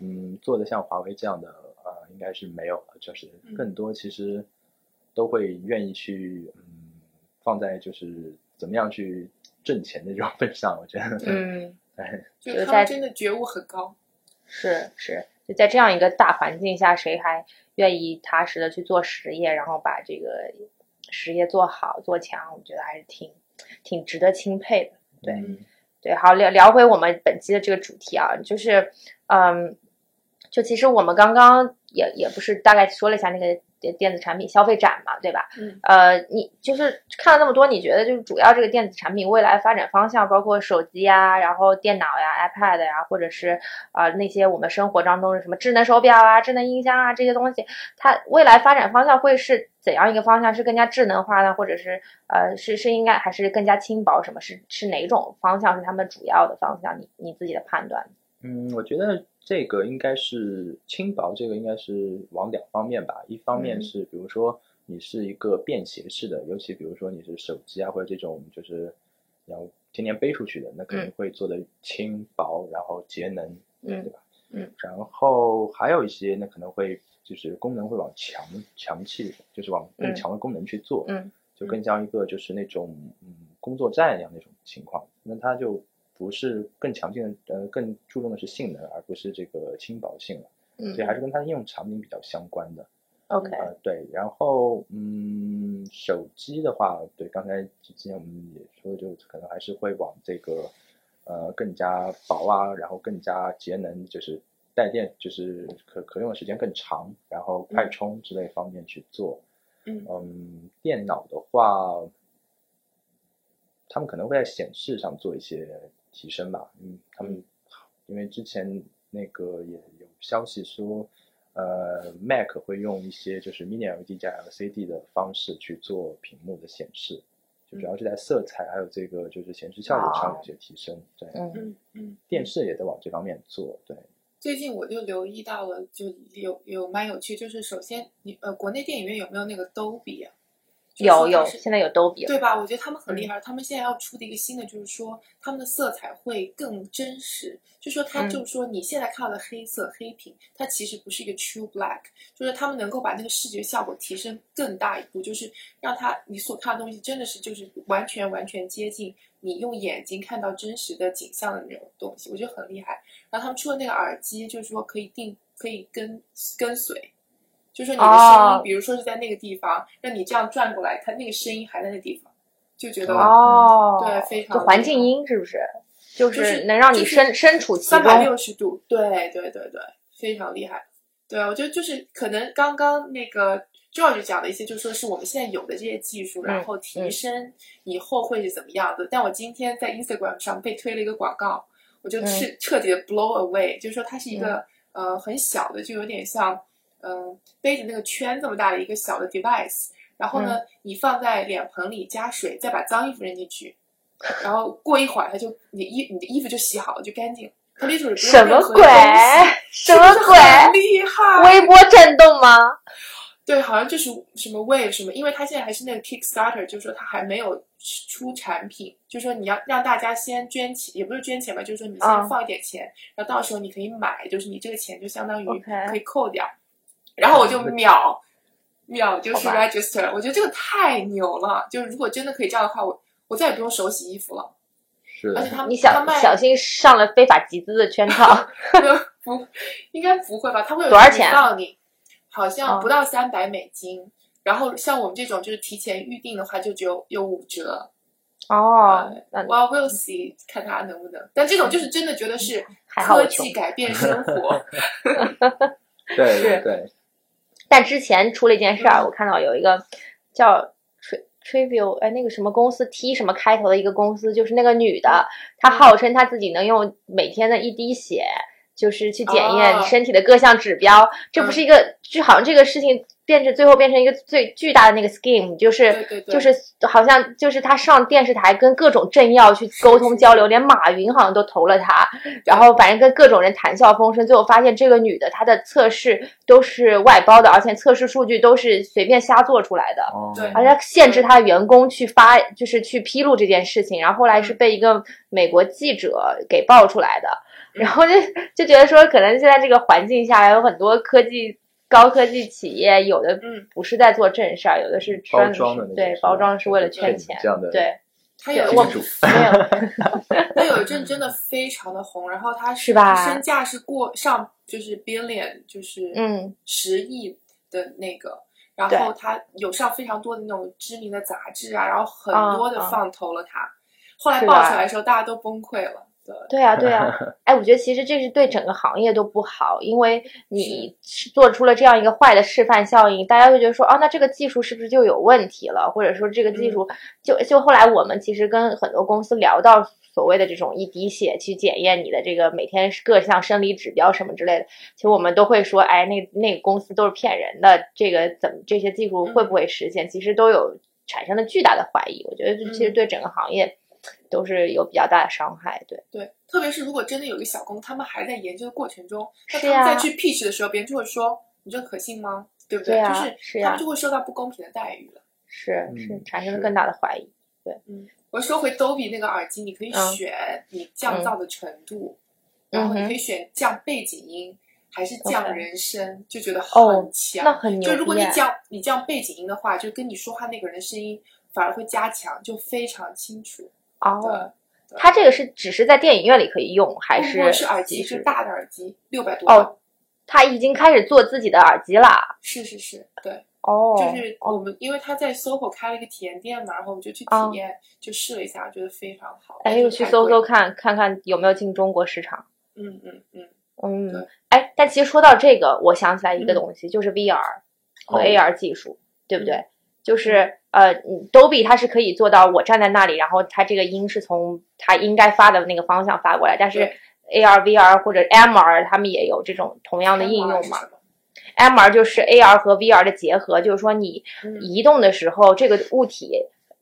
S3: 嗯，做的像华为这样的，呃，应该是没有了，就是
S2: 嗯
S3: 更多其实都会愿意去，嗯，放在就是怎么样去挣钱的这种份上，我觉得，
S1: 嗯，
S3: 哎，
S2: 就是
S1: 就
S2: 他
S1: 在
S2: 们真的觉悟很高。
S1: 是是，就在这样一个大环境下，谁还愿意踏实的去做实业，然后把这个实业做好做强？我觉得还是挺挺值得钦佩的。对
S3: 嗯
S1: 对，好聊聊回我们本期的这个主题啊，就是，嗯，就其实我们刚刚也也不是大概说了一下那个电电子产品消费展嘛，对吧？
S2: 嗯，
S1: 呃，你就是看了那么多，你觉得就是主要这个电子产品未来发展方向，包括手机呀，然后电脑呀、iPad 呀，或者是啊、呃那些我们生活当中的什么智能手表啊、智能音箱啊这些东西，它未来发展方向会是怎样一个方向？是更加智能化呢，或者是呃，是是应该还是更加轻薄？什么是是哪种方向是他们主要的方向？你你自己的判断？
S3: 嗯，我觉得这个应该是轻薄，这个应该是往两方面吧。一方面
S1: 嗯
S3: 是，比如说你是一个便携式的，尤其比如说你是手机啊，或者这种就是你要天天背出去的，那肯定会做的轻薄，然后节能，
S1: 嗯
S3: 对吧？
S1: 嗯。
S3: 然后还有一些，那可能会就是功能会往强强气，就是往更
S1: 嗯
S3: 强的功能去做。
S1: 嗯
S3: 就更像一个就是那种嗯工作站一样那种情况。那它就不是更强劲的，呃，更注重的是性能，而不是这个轻薄性了。
S1: 嗯
S3: 所以还是跟它的应用场景比较相关的。
S1: ，OK，
S3: 呃，对，然后嗯，手机的话，对，刚才之前我们也说，就可能还是会往这个呃更加薄啊，然后更加节能，就是带电，就是可可用的时间更长，然后快
S2: 嗯
S3: 充之类方面去做。
S2: 嗯
S3: 嗯，电脑的话，他们可能会在显示上做一些提升吧。嗯，他们因为之前那个也有消息说，呃，Mac E 会用一些就是 Mini LED 加 LCD 的方式去做屏幕的显示。就
S1: 嗯
S3: 主要是在色彩还有这个就是显示效果上有些提升。对，
S1: 嗯
S2: 嗯嗯，
S3: 电视也在往这方面做。对，
S2: 最近我就留意到了，就有有蛮有趣，就是首先你呃，国内电影院有没有那个兜比啊？就是
S1: 有
S2: 说
S1: 有，
S2: 当时
S1: 现在有兜比了，
S2: 对吧？我觉得他们很厉害，他们现在要出的一个新的就是说，他们的色彩会更真实。就说他
S1: 嗯
S2: 就是说，你现在看到的黑色黑屏，它其实不是一个 true black，就是他们能够把那个视觉效果提升更大一步，就是让它你所看的东西真的是就是完全完全接近你用眼睛看到真实的景象的那种东西，我觉得很厉害。然后他们出了那个耳机，就是说可以定，可以跟跟随，就是说你的声音，
S1: 哦
S2: 比如说是在那个地方，那你这样转过来，它那个声音还在那地方，就觉得
S1: 哦，
S2: 对非常
S1: 就环境音是不是？就
S2: 就是
S1: 是能让你
S2: 就是
S1: 身身处其
S2: 三百
S1: 中，
S2: 六十度，对对对对，非常厉害。对啊，我觉得就是可能刚刚那个 George 讲的一些，就是说是我们现在有的这些技术，
S1: 嗯
S2: 然后提升以后会是怎么样的。但我今天在 Instagram 上被推了一个广告，我
S1: 嗯
S2: 就彻彻底的 blow away，就是说它是一个、呃很小的，就有点像嗯、呃杯子那个圈这么大的一个小的 device，然后
S1: 嗯
S2: 呢、你放在脸盆里加水，再把脏衣服扔进去，然后过一会儿它就你衣你的衣服就洗好了，就干净了。它 literally 不用
S1: 什么
S2: 任何
S1: 鬼
S2: 东西？
S1: 什么
S2: 是不是
S1: 鬼？
S2: 很厉害！
S1: 微波震动吗？
S2: 对，好像就是什么 Wave 什么，因为它现在还是那个 Kickstarter，就是说它还没有出产品，就是说你要让大家先捐钱，也不是捐钱吧，就是说你先
S1: 嗯
S2: 放一点钱，然后到时候你可以买，就是你这个钱就相当于
S1: OK
S2: 可以扣掉。然后我就秒秒就是
S1: 好吧
S2: register，我觉得这个太牛了，就是如果真的可以这样的话，我我再也不用手洗衣服了，
S3: 是
S2: 而且他们
S1: 你
S2: 他
S1: 小
S2: 啊卖
S1: 小心上了非法集资的圈 套。
S2: 不，应该不会吧？他会有
S1: 多少钱啊
S2: 到你，好像
S1: 嗯
S2: 不到三百美金。然后像我们这种就是提前预定的话，就只有有五折。
S1: 哦，那你
S2: Well, we'll see，看他能不能。但这种就是真的觉得是
S1: 还好
S2: 科
S1: 嗯我穷
S2: 技。改变生活。
S3: 对
S2: 是
S3: 对对，
S1: 但之前出了一件事儿，
S2: 嗯
S1: 我看到有一个叫 Tri Trivial 哎那个什么公司 T 什么开头的一个公司，就是那个女的，
S2: 嗯
S1: 她号称她自己能用每天的一滴血，就是去检验
S2: 哦
S1: 你身体的各项指标。这
S2: 嗯
S1: 不是一个，就好像这个事情变成最后变成一个最巨大的那个 scheme，就是
S2: 对对对，
S1: 就是好像就是他上电视台跟各种政要去沟
S2: 是
S1: 通
S2: 是
S1: 交流，连马云好像都投了他，然后反正跟各种人谈笑风生，最后发现这个女的她的测试都是外包的，而且测试数据都是随便瞎做出来的。
S3: 哦，
S2: 对
S1: 而且他限制他的员工去发，就是去披露这件事情。然后后来
S2: 嗯
S1: 是被一个美国记者给爆出来的，
S2: 嗯
S1: 然后就就觉得说，可能现在这个环境下，有很多科技高科技企业，有的
S2: 嗯
S1: 不是在做正事儿，有的是专
S3: 包装的那种
S1: 对
S3: 是吧
S1: 包装是为了圈
S3: 骗
S1: 钱
S3: 你这样的，
S1: 对，
S2: 他 有
S1: 我
S2: 一
S3: 金主
S1: 没有，
S2: 他有一阵真的非常的红，然后他
S1: 是吧
S2: 身价是过上就是 billion，就是
S1: 嗯，
S2: 十亿的那个，然
S1: 对
S2: 后他有上非常多的那种知名的杂志啊，然后很
S1: 啊
S2: 多的
S1: 啊
S2: 放投了他。后来
S1: 是
S2: 爆
S1: 吧
S2: 出来的时候，大家都崩溃了。对，
S1: 对啊，对啊，哎，我觉得其实这是对整个行业都不好，因为你是做出了这样一个坏的示范效应，大家会觉得说，哦，那这个技术是不是就有问题了？或者说这个技术就就后来我们其实跟很多公司聊到所谓的这种一滴血去检验你的这个每天各项生理指标什么之类的，其实我们都会说，哎，那那个公司都是骗人的，这个怎么这些技术会不会实现？其实都有产生了巨大的怀疑，我觉得这其实
S2: 嗯
S1: 对整个行业都是有比较大的伤害，对。
S2: 对，特别是如果真的有一个小工，他们还在研究的过程中，那他
S1: 是
S2: 们
S1: 呀
S2: 再去 pitch 的时候，别人就会说：“你这可信吗？”对不对？
S1: 对呀
S2: 就是他
S1: 呀
S2: 们就会受到不公平的待遇了。
S1: 是是
S3: 嗯
S1: 产生了
S3: 是
S1: 更大的怀疑。
S2: 我说回 Dolby 那个耳机，你可以
S1: 嗯
S2: 选你降噪的程度，然后
S1: 嗯
S2: 你
S1: 哼
S2: 可以选降背景音还是降
S1: OK
S2: 人声，就觉得
S1: 哦
S2: 很强。
S1: 那很牛
S2: 就
S1: 逼。
S2: 如果你降你降背景音的话，就跟你说话那个人的声音反而会加强，就非常清楚。
S1: 哦，
S2: 对，
S1: 它这个是只是在电影院里可以用，还
S2: 不过哦是耳
S1: 其
S2: 机，是
S1: 实
S2: 大的耳机，六百多。
S1: 哦，他已经开始做自己的耳机啦。
S2: 是是是，对，
S1: 哦，
S2: 就是我们因为他在 SOHO 开了一个体验店嘛，然后我们就去体
S1: 哦
S2: 验，就试了一下，觉得非常好。
S1: 哎，我去
S2: 太
S1: 搜
S2: 贵
S1: 搜
S2: 了。
S1: 看看看有没有进中国市场。
S2: 嗯嗯嗯，对
S1: 嗯，哎，但其实说到这个，我想起来一个
S2: 嗯
S1: 东西，就是 VR 和
S3: 哦
S1: AR 技术，对不
S2: 嗯
S1: 对？就是呃嗯，Dolby 它是可以做到我站在那里，然后它这个音是从它应该发的那个方向发过来，但是
S2: 对
S1: AR、VR 或者 MR 他们也有这种同样的应用嘛
S2: 嘛。？
S1: MR 就是 AR 和 VR 的结合，就是说你
S2: 嗯
S1: 移动的时候，这个物体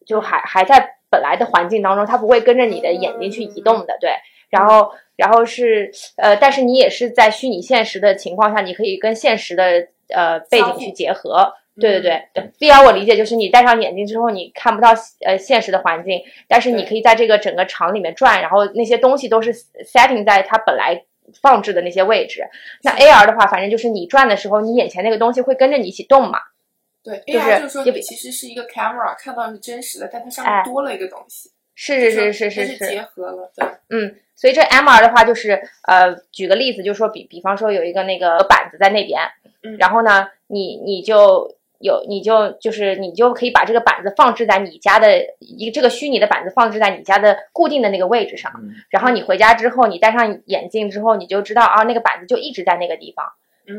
S1: 就还还在本来的环境当中，它不会跟着你的眼睛去移动的，对。然后，然后是呃，但是你也是在虚拟现实的情况下，你可以跟现实的呃背景去结合。对对对对，VR 我理解就是你戴上眼镜之后，你看不到呃现实的环境，但是你可以在这个整个场里面转，然后那些东西都是 setting 在它本来放置的那些位置。那 AR 的话，反正就是你转的时候，你眼前那个东西会跟着你一起动嘛。
S2: 对
S1: 就是
S2: ，AR 就是说
S1: 也
S2: 你
S1: 比
S2: 其实是一个 camera，看到是真实的，但它上
S1: 哎
S2: 面多了一个东西，
S1: 是
S2: 就是
S1: 是是
S2: 它
S1: 是
S2: 是结合了，对，
S1: 嗯，所以这 MR 的话，就是呃，举个例子，就是说比比方说有一个那个板子在那边，
S2: 嗯
S1: 然后呢，你你就有你就就是你就可以把这个板子放置在你家的一这个虚拟的板子放置在你家的固定的那个位置上，
S3: 嗯
S1: 然后你回家之后，你戴上眼镜之后，你就知道啊，那个板子就一直在那个地方，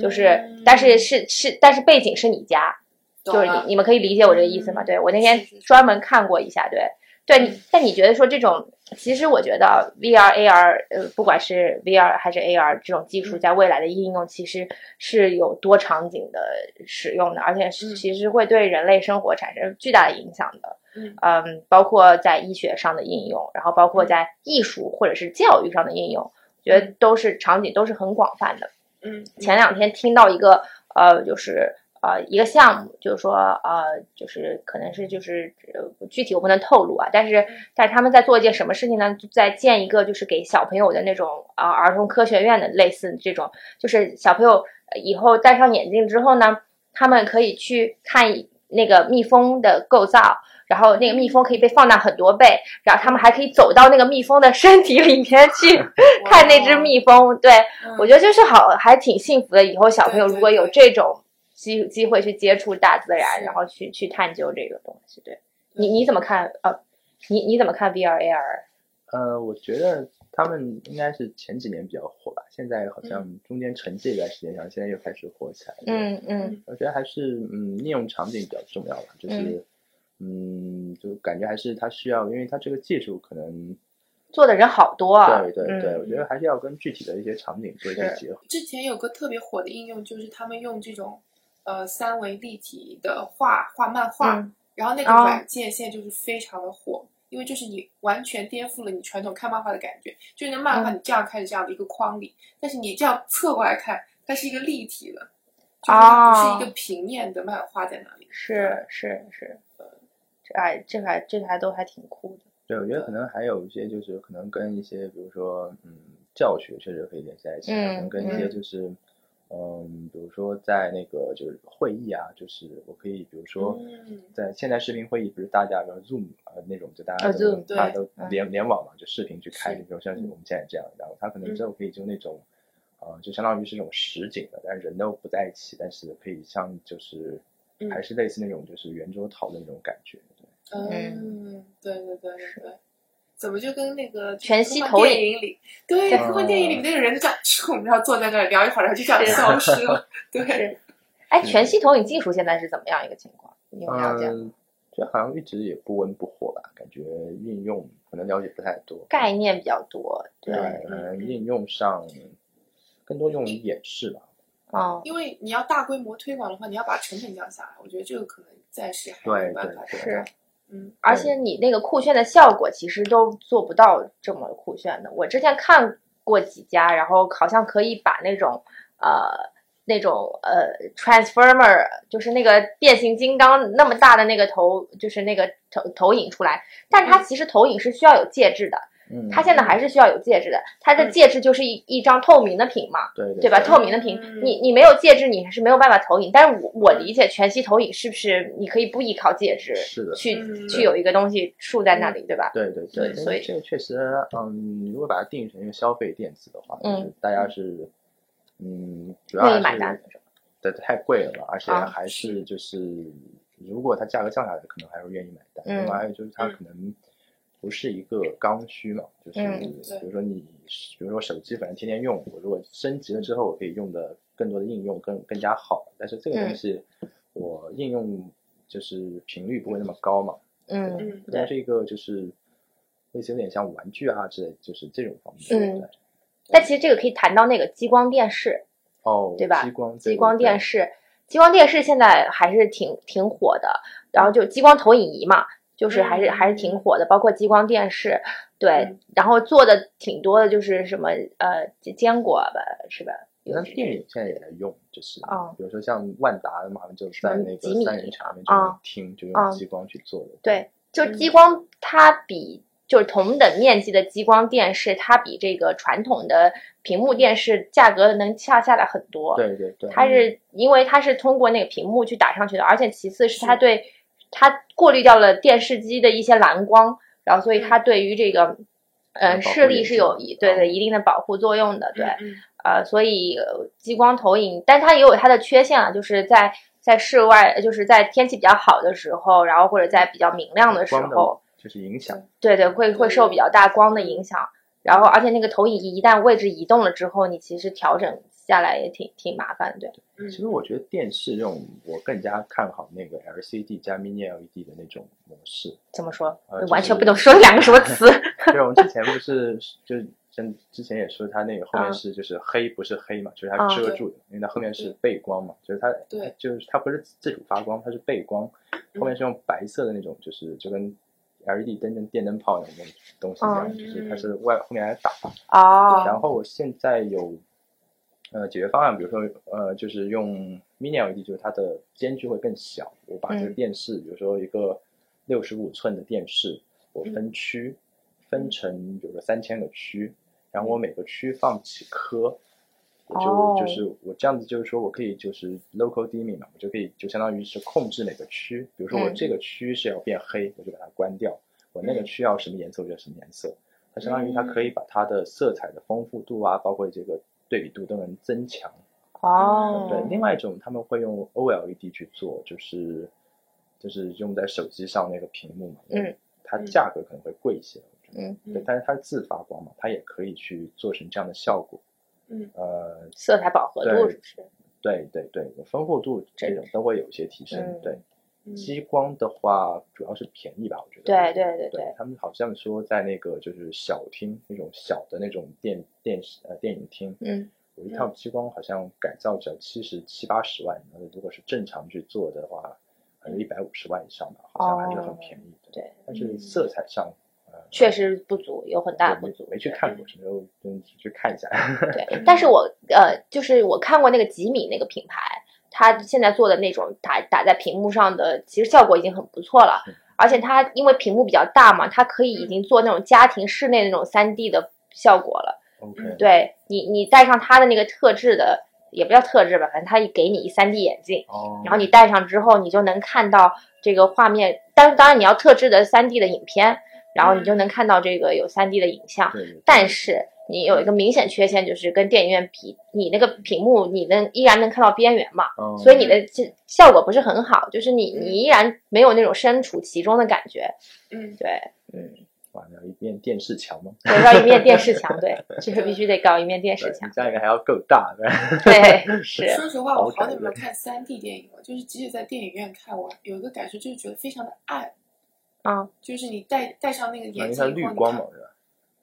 S1: 就是、
S2: 嗯
S1: 但是是是，但是背景是你家，
S2: 懂
S1: 就是你
S2: 了
S1: 你们可以理解我这个意思吗？
S2: 嗯
S1: 对我那天
S2: 是是是
S1: 专门看过一下，对对。你但你觉得说这种，其实我觉得啊 VR、AR，呃，不管是 VR 还是 AR 这种技术，
S2: 嗯
S1: 在未来的应用其实是有多场景的使用的，而且是
S2: 嗯
S1: 其实会对人类生活产生巨大的影响的。
S2: 嗯
S1: 包括在医学上的应用，然后包括
S2: 嗯
S1: 在艺术或者是教育上的应用，我觉得都是场景都是很广泛的。
S2: 嗯，嗯
S1: 前两天听到一个呃，就是呃一个项目，就是说呃，就是可能是就是呃具体我不能透露啊，但是但是他们在做一件什么事情呢？就在建一个就是给小朋友的那种啊、呃儿童科学院的类似这种，就是小朋友呃以后戴上眼镜之后呢，他们可以去看一那个蜜蜂的构造。然后那个蜜蜂可以被放大很多倍，然后他们还可以走到那个蜜蜂的身体里面去看那只，蜜蜂。对，
S2: 哇
S1: 我觉得就是好，还挺幸福的。以后小朋友
S2: 对对
S1: 如果有这种机机会去接触大自然，
S2: 是
S1: 然后去去探究这个东西，对
S2: 对
S1: 你你怎么看？呃，你你怎么看 VR AR？
S3: 呃，我觉得他们应该是前几年比较火吧，现在好像中间沉寂一段时间，然后现在又开始火起来。，
S1: 嗯嗯
S3: 我觉得还是嗯，应用场景比较重要吧，就是嗯，就感觉还是它需要，因为它这个技术可能
S1: 做的人好多啊。
S3: 对对
S1: 嗯
S3: 对，我觉得还是要跟具体的一些场景做一些
S1: 是
S3: 结合。
S2: 嗯之前有个特别火的应用，就是他们用这种呃三维立体的画画漫画，
S1: 嗯
S2: 然后那个
S1: 哦
S2: 软件现在就是非常的火，因为就是你完全颠覆了你传统看漫画的感觉，就是那漫画
S1: 嗯
S2: 你这样看是这样的一个框里，但是你这样侧过来看，它是一个立体的，就是
S1: 哦
S2: 它不是一个平面的漫画在那里。
S1: 是是是，这哎这还这还都还挺酷的。
S3: 对，我觉得可能还有一些就是可能跟一些，比如说嗯，教学确实可以联系在一起，啊可能
S1: 嗯
S3: 跟一些
S2: 嗯
S3: 就是嗯，比如说在那个就是会议啊，就是我可以比如说
S2: 嗯
S3: 在现在视频会议不是大家比如 Zoom 啊那种，就大家
S1: 啊
S3: 都
S1: Zoom，
S3: 大家
S2: 对
S3: 都联联网嘛，就视频去开，
S2: 是
S3: 比如像我
S2: 嗯
S3: 们现在这样，然后他可能
S2: 嗯
S3: 之后可以就那种。呃，就相当于是一种实景的，但人都不在一起，但是可以像就是，
S2: 嗯
S3: 还是类似那种就是圆桌讨论那种感觉。对
S2: 嗯，对对对对对。怎么就跟那个
S1: 全
S2: 科
S1: 息
S2: 幻
S1: 投
S2: 电
S1: 影
S2: 影里，对
S3: 嗯
S2: 科幻电影里面那个人就这样，咻然后坐在那儿聊一会儿，然后就这样
S1: 是
S2: 消 失了。对，
S1: 是，哎，
S3: 是
S1: 全息投影技术现在是怎么样一个情况？你有没有了解？
S3: 嗯，这好像一直也不温不火吧，感觉运用可能了解不太多。
S1: 概念比较多，对
S3: 对，，
S2: 嗯
S3: 嗯，应用上更多用于演示吧。
S1: 哦，
S2: 因为你要大规模推广的话，你要把成本降下来，我觉得这个可能暂时还没
S3: 对
S2: 有办
S3: 对
S2: 法。
S3: 对，
S1: 是
S2: 嗯，
S1: 而且你那个酷炫的效果其实都做不到这么酷炫的。我之前看过几家，然后好像可以把那种呃那种呃 transformer，就是那个变形金刚那么大的那个头，就是那个投投影出来，但它其实投影是需要有介质的，
S3: 嗯，
S1: 它现在还是需要有介质的，它的
S2: 嗯
S1: 介质就是一一张透明的屏嘛。
S3: 对嗯
S1: 对吧？透明的屏，你你没有介质，你是没有办法投影。但是我我理解全息投影是不是你可以不依靠介质
S3: 是的
S1: 去
S2: 嗯
S1: 去有一个东西竖在那里，对吧？
S3: 对对
S1: 对
S3: 因为
S1: 所以
S3: 这个确实，嗯，如果把它定义成一个消费电子的话，
S1: 嗯，
S3: 大家是，嗯，主要
S1: 愿
S3: 还
S1: 意买单
S3: 是对太贵了吧，而且
S1: 啊
S3: 还是就是，如果它价格降下来，可能还会愿意买单。
S1: 嗯
S3: 另外还有就是它可能不是一个刚需嘛，就是
S1: 嗯
S2: 对
S3: 比如说你，比如说手机反正天天用，我如果升级了之后，我可以用的更多的应用更更加好，但是这个东
S1: 嗯
S3: 西我应用就是频率不会那么高嘛。
S1: 嗯，
S2: 嗯，
S3: 它是一个就是类似有点像玩具啊之类，就是这种方面。
S1: 嗯
S3: 对，
S1: 但其实这个可以谈到那个激光电视，
S3: 哦，
S1: 对吧
S3: 激光
S1: 激光电
S3: 视，
S1: 视，激光电视现在还是挺挺火的。然后就激光投影仪嘛，就是还是
S2: 嗯
S1: 还是挺火的，包括激光电视，对
S2: 嗯，
S1: 然后做的挺多的，就是什么呃坚果吧，是吧？
S3: 那呃电影现在也在用，就是
S1: 哦，
S3: 比如说像万达，他们就在那
S1: 什么吉米
S3: 个三人茶里面就能听，就
S1: 啊
S3: 用激光去做的。
S1: 对，就
S2: 嗯
S1: 激光它比就是同等面积的激光电视，它比这个传统的屏幕电视价格能下下来很多。，
S3: 对对对，
S1: 它是因为它是通过那个屏幕去打上去的，而且其次是
S2: 是
S1: 它对它过滤掉了电视机的一些蓝光，然后所以
S2: 嗯
S1: 它对于这个。
S3: 保
S1: 嗯，
S3: 护
S1: 视力
S3: 眼
S1: 是有
S3: 睛
S1: 一对
S3: 啊
S1: 对一定的保护作用的，对。
S2: 嗯
S1: 呃，所以呃激光投影，但它也有它的缺陷啊，就是在在室外，就是在天气比较好的时候，然后或者在比较明亮的时
S3: 光的
S1: 候，嗯
S3: 就是影响，
S1: 对对，会会受比较大光的影响。然后，而且那个投影仪一旦位置移动了之后，你其实调整下来也挺挺麻烦的，对。
S2: 嗯
S3: 其实我觉得电视这种，我更加看好那个 LCD 加 Mini LED 的那种模式。
S1: 怎么说？
S3: 呃就
S1: 完全
S3: 是
S1: 不懂说两个 什么词。
S3: 对，我们之前不是就是像之前也说，它那个后
S1: 啊
S3: 面是就是黑，不是黑嘛，就是
S1: 啊
S3: 它
S2: 嗯
S3: 遮
S2: 哦对嗯
S3: 住的，因为它后面是背光嘛，就是它
S2: 对，嗯
S3: 就是它不是自主发光，它是背光，后面是用白色的那种，就是就跟 LED 灯跟电灯泡一样的那种东西一
S2: 哦
S3: 样，
S1: 嗯
S3: 就是它是外后面还打。
S1: 哦
S3: 然后我现在有呃解决方案，比如说呃就是用 Mini LED，就是它的间距会更小，我把这个
S1: 嗯
S3: 电视，比如说一个六十五寸的电视，我
S1: 嗯
S3: 分区、分成比如说三千个区，然后我每个区放几颗。我就、
S1: 嗯哦
S3: 就是我这样子，就是说我可以就是 local dimming 嘛，我就可以就相当于是控制哪个区，比如说我
S1: 嗯
S3: 这个区是要变黑，我就把它关掉；我那个
S2: 嗯
S3: 区要什么颜色我就什么颜色。它相当于它可以把它的色彩的丰富度啊，包括这个对比度都能增强。
S1: 哦，
S3: 对，另外一种他们会用 OLED 去做，就是就是用在手机上那个屏幕嘛，
S1: 嗯，
S3: 它价格可能会贵一些，我觉得，
S1: 嗯
S3: 对，但是它是自发光嘛，它也可以去做成这样的效果，
S2: 嗯，
S3: 呃，
S1: 色彩饱和度
S3: 对
S1: 是不是？
S3: 对对对，丰富度这种都会有一些提升，
S1: 嗯
S3: 对。
S2: 嗯
S3: 激光的话，主要是便宜吧，我觉得。
S1: 对对对
S3: 对
S1: 对，
S3: 他们好像说在那个就是小厅那种小的那种电电视呃电影厅，
S1: 嗯，
S3: 有一套激光好像改造只要七十七八十万，然后如果是正常去做的话，可能一百五十万以上吧，好像还是很便宜的。
S1: 嗯哦对，
S3: 但是色彩上，呃，
S1: 确实不足，有很大
S3: 我
S1: 不
S3: 没
S1: 足。
S3: 没去
S1: 对
S3: 看过，什么时候嗯去看一下。
S1: 对，但
S3: 嗯
S1: 是我呃，就是我看过那个吉米那个品牌，它现在做的那种打打在屏幕上的，其实效果已经很不错了
S3: 嗯。
S1: 而且它因为屏幕比较大嘛，它可以已经做那种家庭室内那种三 D 的效果了。
S3: OK，
S1: 嗯对你，你戴上它的那个特制的，也不叫特制吧，反正它给你三 D 眼镜，
S3: 哦，
S1: 然后你戴上之后，你就能看到这个画面。当当然你要特制的三 D 的影片，然后你
S3: 嗯
S1: 就能看到这个有三 D 的影像。
S3: 对对
S1: 但是你有一个明显缺陷，就是跟电影院比，你那个屏幕你能依然能看到边缘嘛，
S3: 嗯
S1: 所以你的这效果不是很好，就是你
S2: 嗯
S1: 你依然没有那种身处其中的感觉。
S2: 嗯，
S1: 对，嗯，
S3: 哇，要一面电视墙吗？
S1: 所以要一面电视墙，对， 这个必须得搞一面电视
S3: 对，
S1: 墙
S3: 你。这样应该还要够大，对。
S1: 对，是，
S2: 说实话，
S3: 好
S2: 我好
S3: 感
S2: 久没有
S3: 人
S2: 看三 D 电影了，就是即使在电影院看，我有一个感受就是觉得非常的暗，
S1: 啊，
S2: 就是你戴戴上那个
S3: 因
S2: 眼
S3: 为
S2: 镜以
S3: 它
S2: 后
S3: 绿
S2: 你
S3: 光
S2: 看
S3: 嘛，是吧？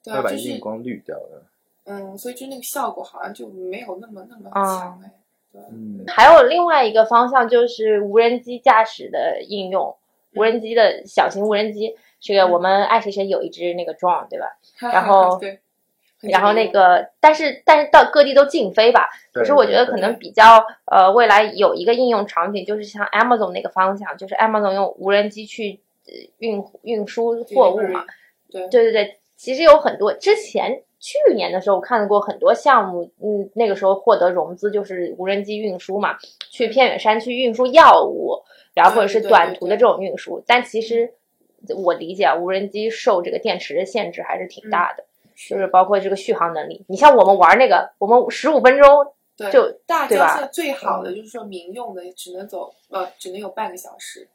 S2: 对
S3: 它
S2: 啊，
S3: 把
S2: 就
S3: 荧
S2: 是
S3: 光滤掉了。
S2: 嗯，所以就那个效果好像就没有那么那么
S1: 啊
S2: 强哎，对，
S3: 嗯，
S1: 还有另外一个方向就是无人机驾驶的应用，无人机的小型无人机，这个我们爱谁谁有一只那个 drone，对吧？然后
S2: 对，很
S1: 然后
S2: 有
S1: 那
S2: 用
S1: 个，但是但是到各地都禁飞吧。可
S3: 对
S1: 是我觉
S3: 对
S1: 得
S3: 对
S1: 可能比较呃，未来有一个应用场景，就是像 Amazon 那个方向，就是 Amazon 用无人机去呃运运输货物嘛。，
S2: 对
S1: 对对对，其实有很多之前去年的时候，我看过很多项目，嗯，那个时候获得融资就是无人机运输嘛，去偏远山区运输药物，然后或者是
S2: 对对对
S1: 短途的
S2: 对嗯
S1: 这种运输。但其实我理解啊，无人机受这个电池的限制还是挺
S2: 嗯
S1: 大的。就是包括这个续航能力。你像我们玩那个，我们十五分钟
S2: 对
S1: 就
S2: 大
S1: 对
S2: 疆
S1: 吧
S2: 现在最好的就是说民用的只能走呃只能有半个小时，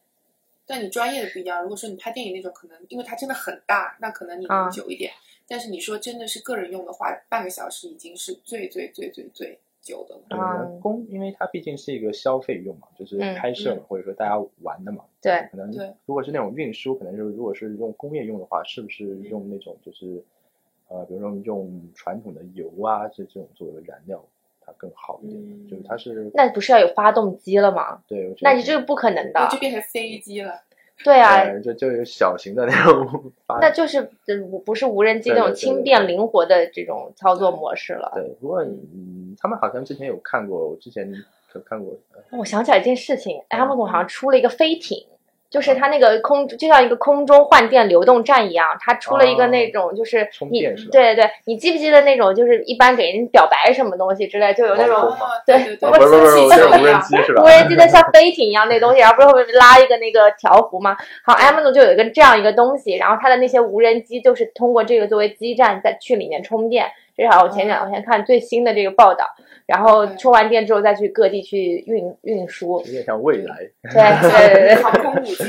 S2: 但你专业的不一样。如果说你拍电影那种，可能因为它真的很大，那可能你
S1: 啊
S2: 能久一点。但是你说真的是个人用的话，半个小时已经是最最最最最久的了。
S3: 对
S1: 嗯
S3: 呃公，因为它毕竟是一个消费用嘛，就是
S1: 嗯
S3: 拍摄嘛，或者说大家玩的嘛。
S1: 对
S3: 可能
S2: 对
S3: 如果是那种运输，可能就是如果是用工业用的话，是不是用那种就是呃，比如说用传统的油啊，这这种作为燃料，它更好一点。
S2: 嗯
S3: 就是它是
S1: 那不是要有发动机了吗？
S3: 对，我觉得
S1: 那你这个不可能
S2: 那
S1: 的
S2: 就。变成飞机了，
S1: 对啊，
S3: 呃，就就有小型的那种发
S1: 那就是呃不不是无人机那
S3: 对
S1: 种
S3: 对对
S1: 轻
S3: 对
S1: 便灵活的这种操作模式了。
S3: 对，不过嗯，他们好像之前有看过，我之前可看过，呃
S1: 我想起来一件事情，M
S3: 嗯
S1: 总好像出了一个飞艇。就是它那个空，就像一个空中换电流动站一样，它出了一个那种，就是
S3: 啊充
S1: 你
S3: 电是吧
S1: 对对对，你记不记得那种，就是一般给人表白什么东西之类，就有那
S3: 网
S1: 种
S3: 红嘛
S2: 对对对，
S3: 啊，不是不是不是，我
S2: 像气球一
S3: 这是无人
S2: 样
S3: 机是吧
S1: 无？人机的像飞艇一样那东西，然后不是会拉一个那个条幅吗？好，Amazon 就有一个这样一个东西，然后它的那些无人机就是通过这个作为基站再去里面充电。至少我前
S3: 哦
S1: 两天看最新的这个报道，然后充完电之后再去各地去运运输。
S3: 有点像未来，
S1: 对对对 对
S2: 航空母舰，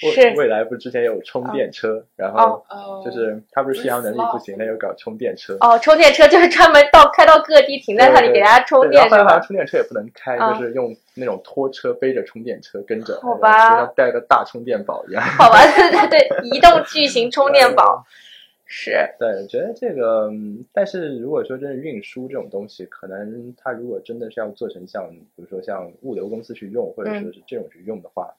S1: 对，
S3: 未
S1: 是
S3: 未来不之前有充电车，然
S1: 哦
S3: 后
S2: 哦，
S3: 就是他不是续航能力不行，
S2: 哦
S3: 他有搞充电车。
S1: 哦，充电车就是专门到开到各地停在那里给
S3: 对对
S1: 大家充
S3: 对，然
S1: 电
S3: 后
S1: 是
S3: 后来好
S1: 吧
S3: 像？充电车也不能开，
S1: 啊
S3: 就是用那种拖车背着充电车跟着，哎
S1: 好吧
S3: 就像带个大充电宝一样。
S1: 好吧，对对对，移动巨型充电宝是
S3: 对，我觉得这个，嗯但是如果说真是运输这种东西，可能它如果真的是要做成像，比如说像物流公司去用，
S1: 嗯
S3: 或者说是这种去用的话，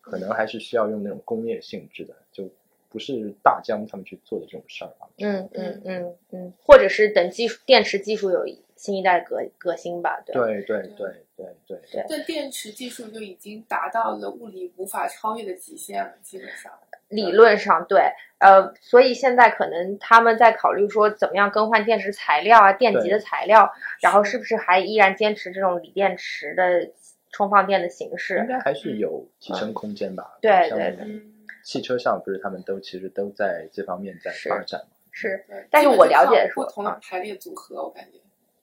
S3: 可能还是需要用那种工业性质的，就不是大疆他们去做的这种事儿吧。啊
S1: 嗯嗯嗯嗯，或者是等技术电池技术有新一代的革革新吧，对吧。
S3: 对对对对对，
S2: 但电池技术就已经达到了物理无法超越的极限了，基本上。
S1: 理论上对，呃，所以现在可能他们在考虑说怎么样更换电池材料啊，电极
S3: 对
S1: 的材料，然后是不是还依然坚持这种锂电池的充放电的形
S3: 应
S1: 式？
S3: 该还是有提升空间吧。
S1: 对
S3: 像
S1: 对对
S2: 嗯，
S3: 汽车上不是他们都其实都在这方面在
S1: 是
S3: 发展嘛。
S1: 是，
S2: 对。
S1: 但是我了解
S2: 基本就靠
S1: 说嗯
S2: 不同的排列组合，我感觉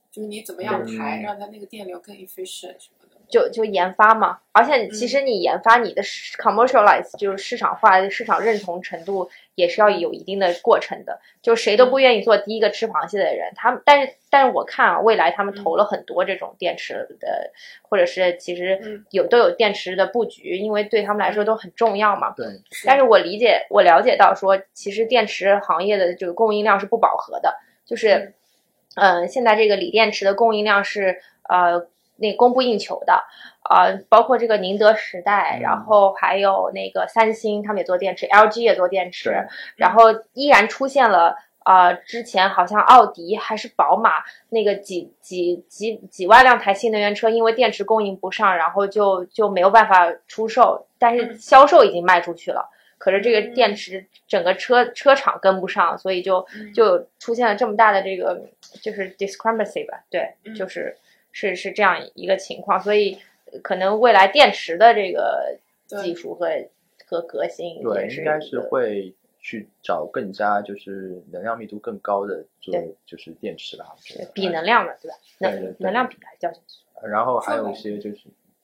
S2: 就是你怎么样排，
S3: 嗯
S2: 让它那个电流更 efficient 什么的。
S1: 就就研发嘛，而且其实你研发你的市 commercialize 就是市场化、市场认同程度也是要有一定的过程的。就谁都不愿意做第一个吃螃蟹的人，他们但是但是我看啊，未来他们投了很多这种电池的，或者是其实
S2: 嗯
S1: 有都有电池的布局，因为对他们来说都很重要嘛。
S3: 对，
S1: 但是我理解，我了解到说，其实电池行业的这个供应量是不饱和的，就是，
S3: 嗯
S1: 呃，现在这个锂电池的供应量是呃那供不应求的，呃，包括这个宁德时代，
S3: 嗯
S1: 然后还有那个三星，他们也做电池，LG 也做电池
S3: 对，
S1: 然后依然出现了。呃，之前好像奥迪还是宝马那个几几几几万辆台新能源车，因为电池供应不上，然后就就没有办法出售，但是
S2: 嗯
S1: 销售已经卖出去了。可是这个
S2: 嗯
S1: 电池整个车车厂跟不上，所以就
S2: 嗯
S1: 就出现了这么大的这个就是 discrepancy 吧，对，
S2: 嗯
S1: 就是是是这样一个情况，所以呃可能未来电池的这个
S2: 对
S1: 技术和和革新也
S3: 对，
S1: 是
S3: 应该
S1: 一
S3: 是
S1: 个
S3: 会去找更加就是能量密度更高的做
S1: 对
S3: 就是电池啦，我觉得
S1: 比能。量的，对吧？
S3: 对对
S1: 能
S3: 对
S1: 能量比还是叫什么？
S3: 然后还有一
S2: 说
S3: 些就是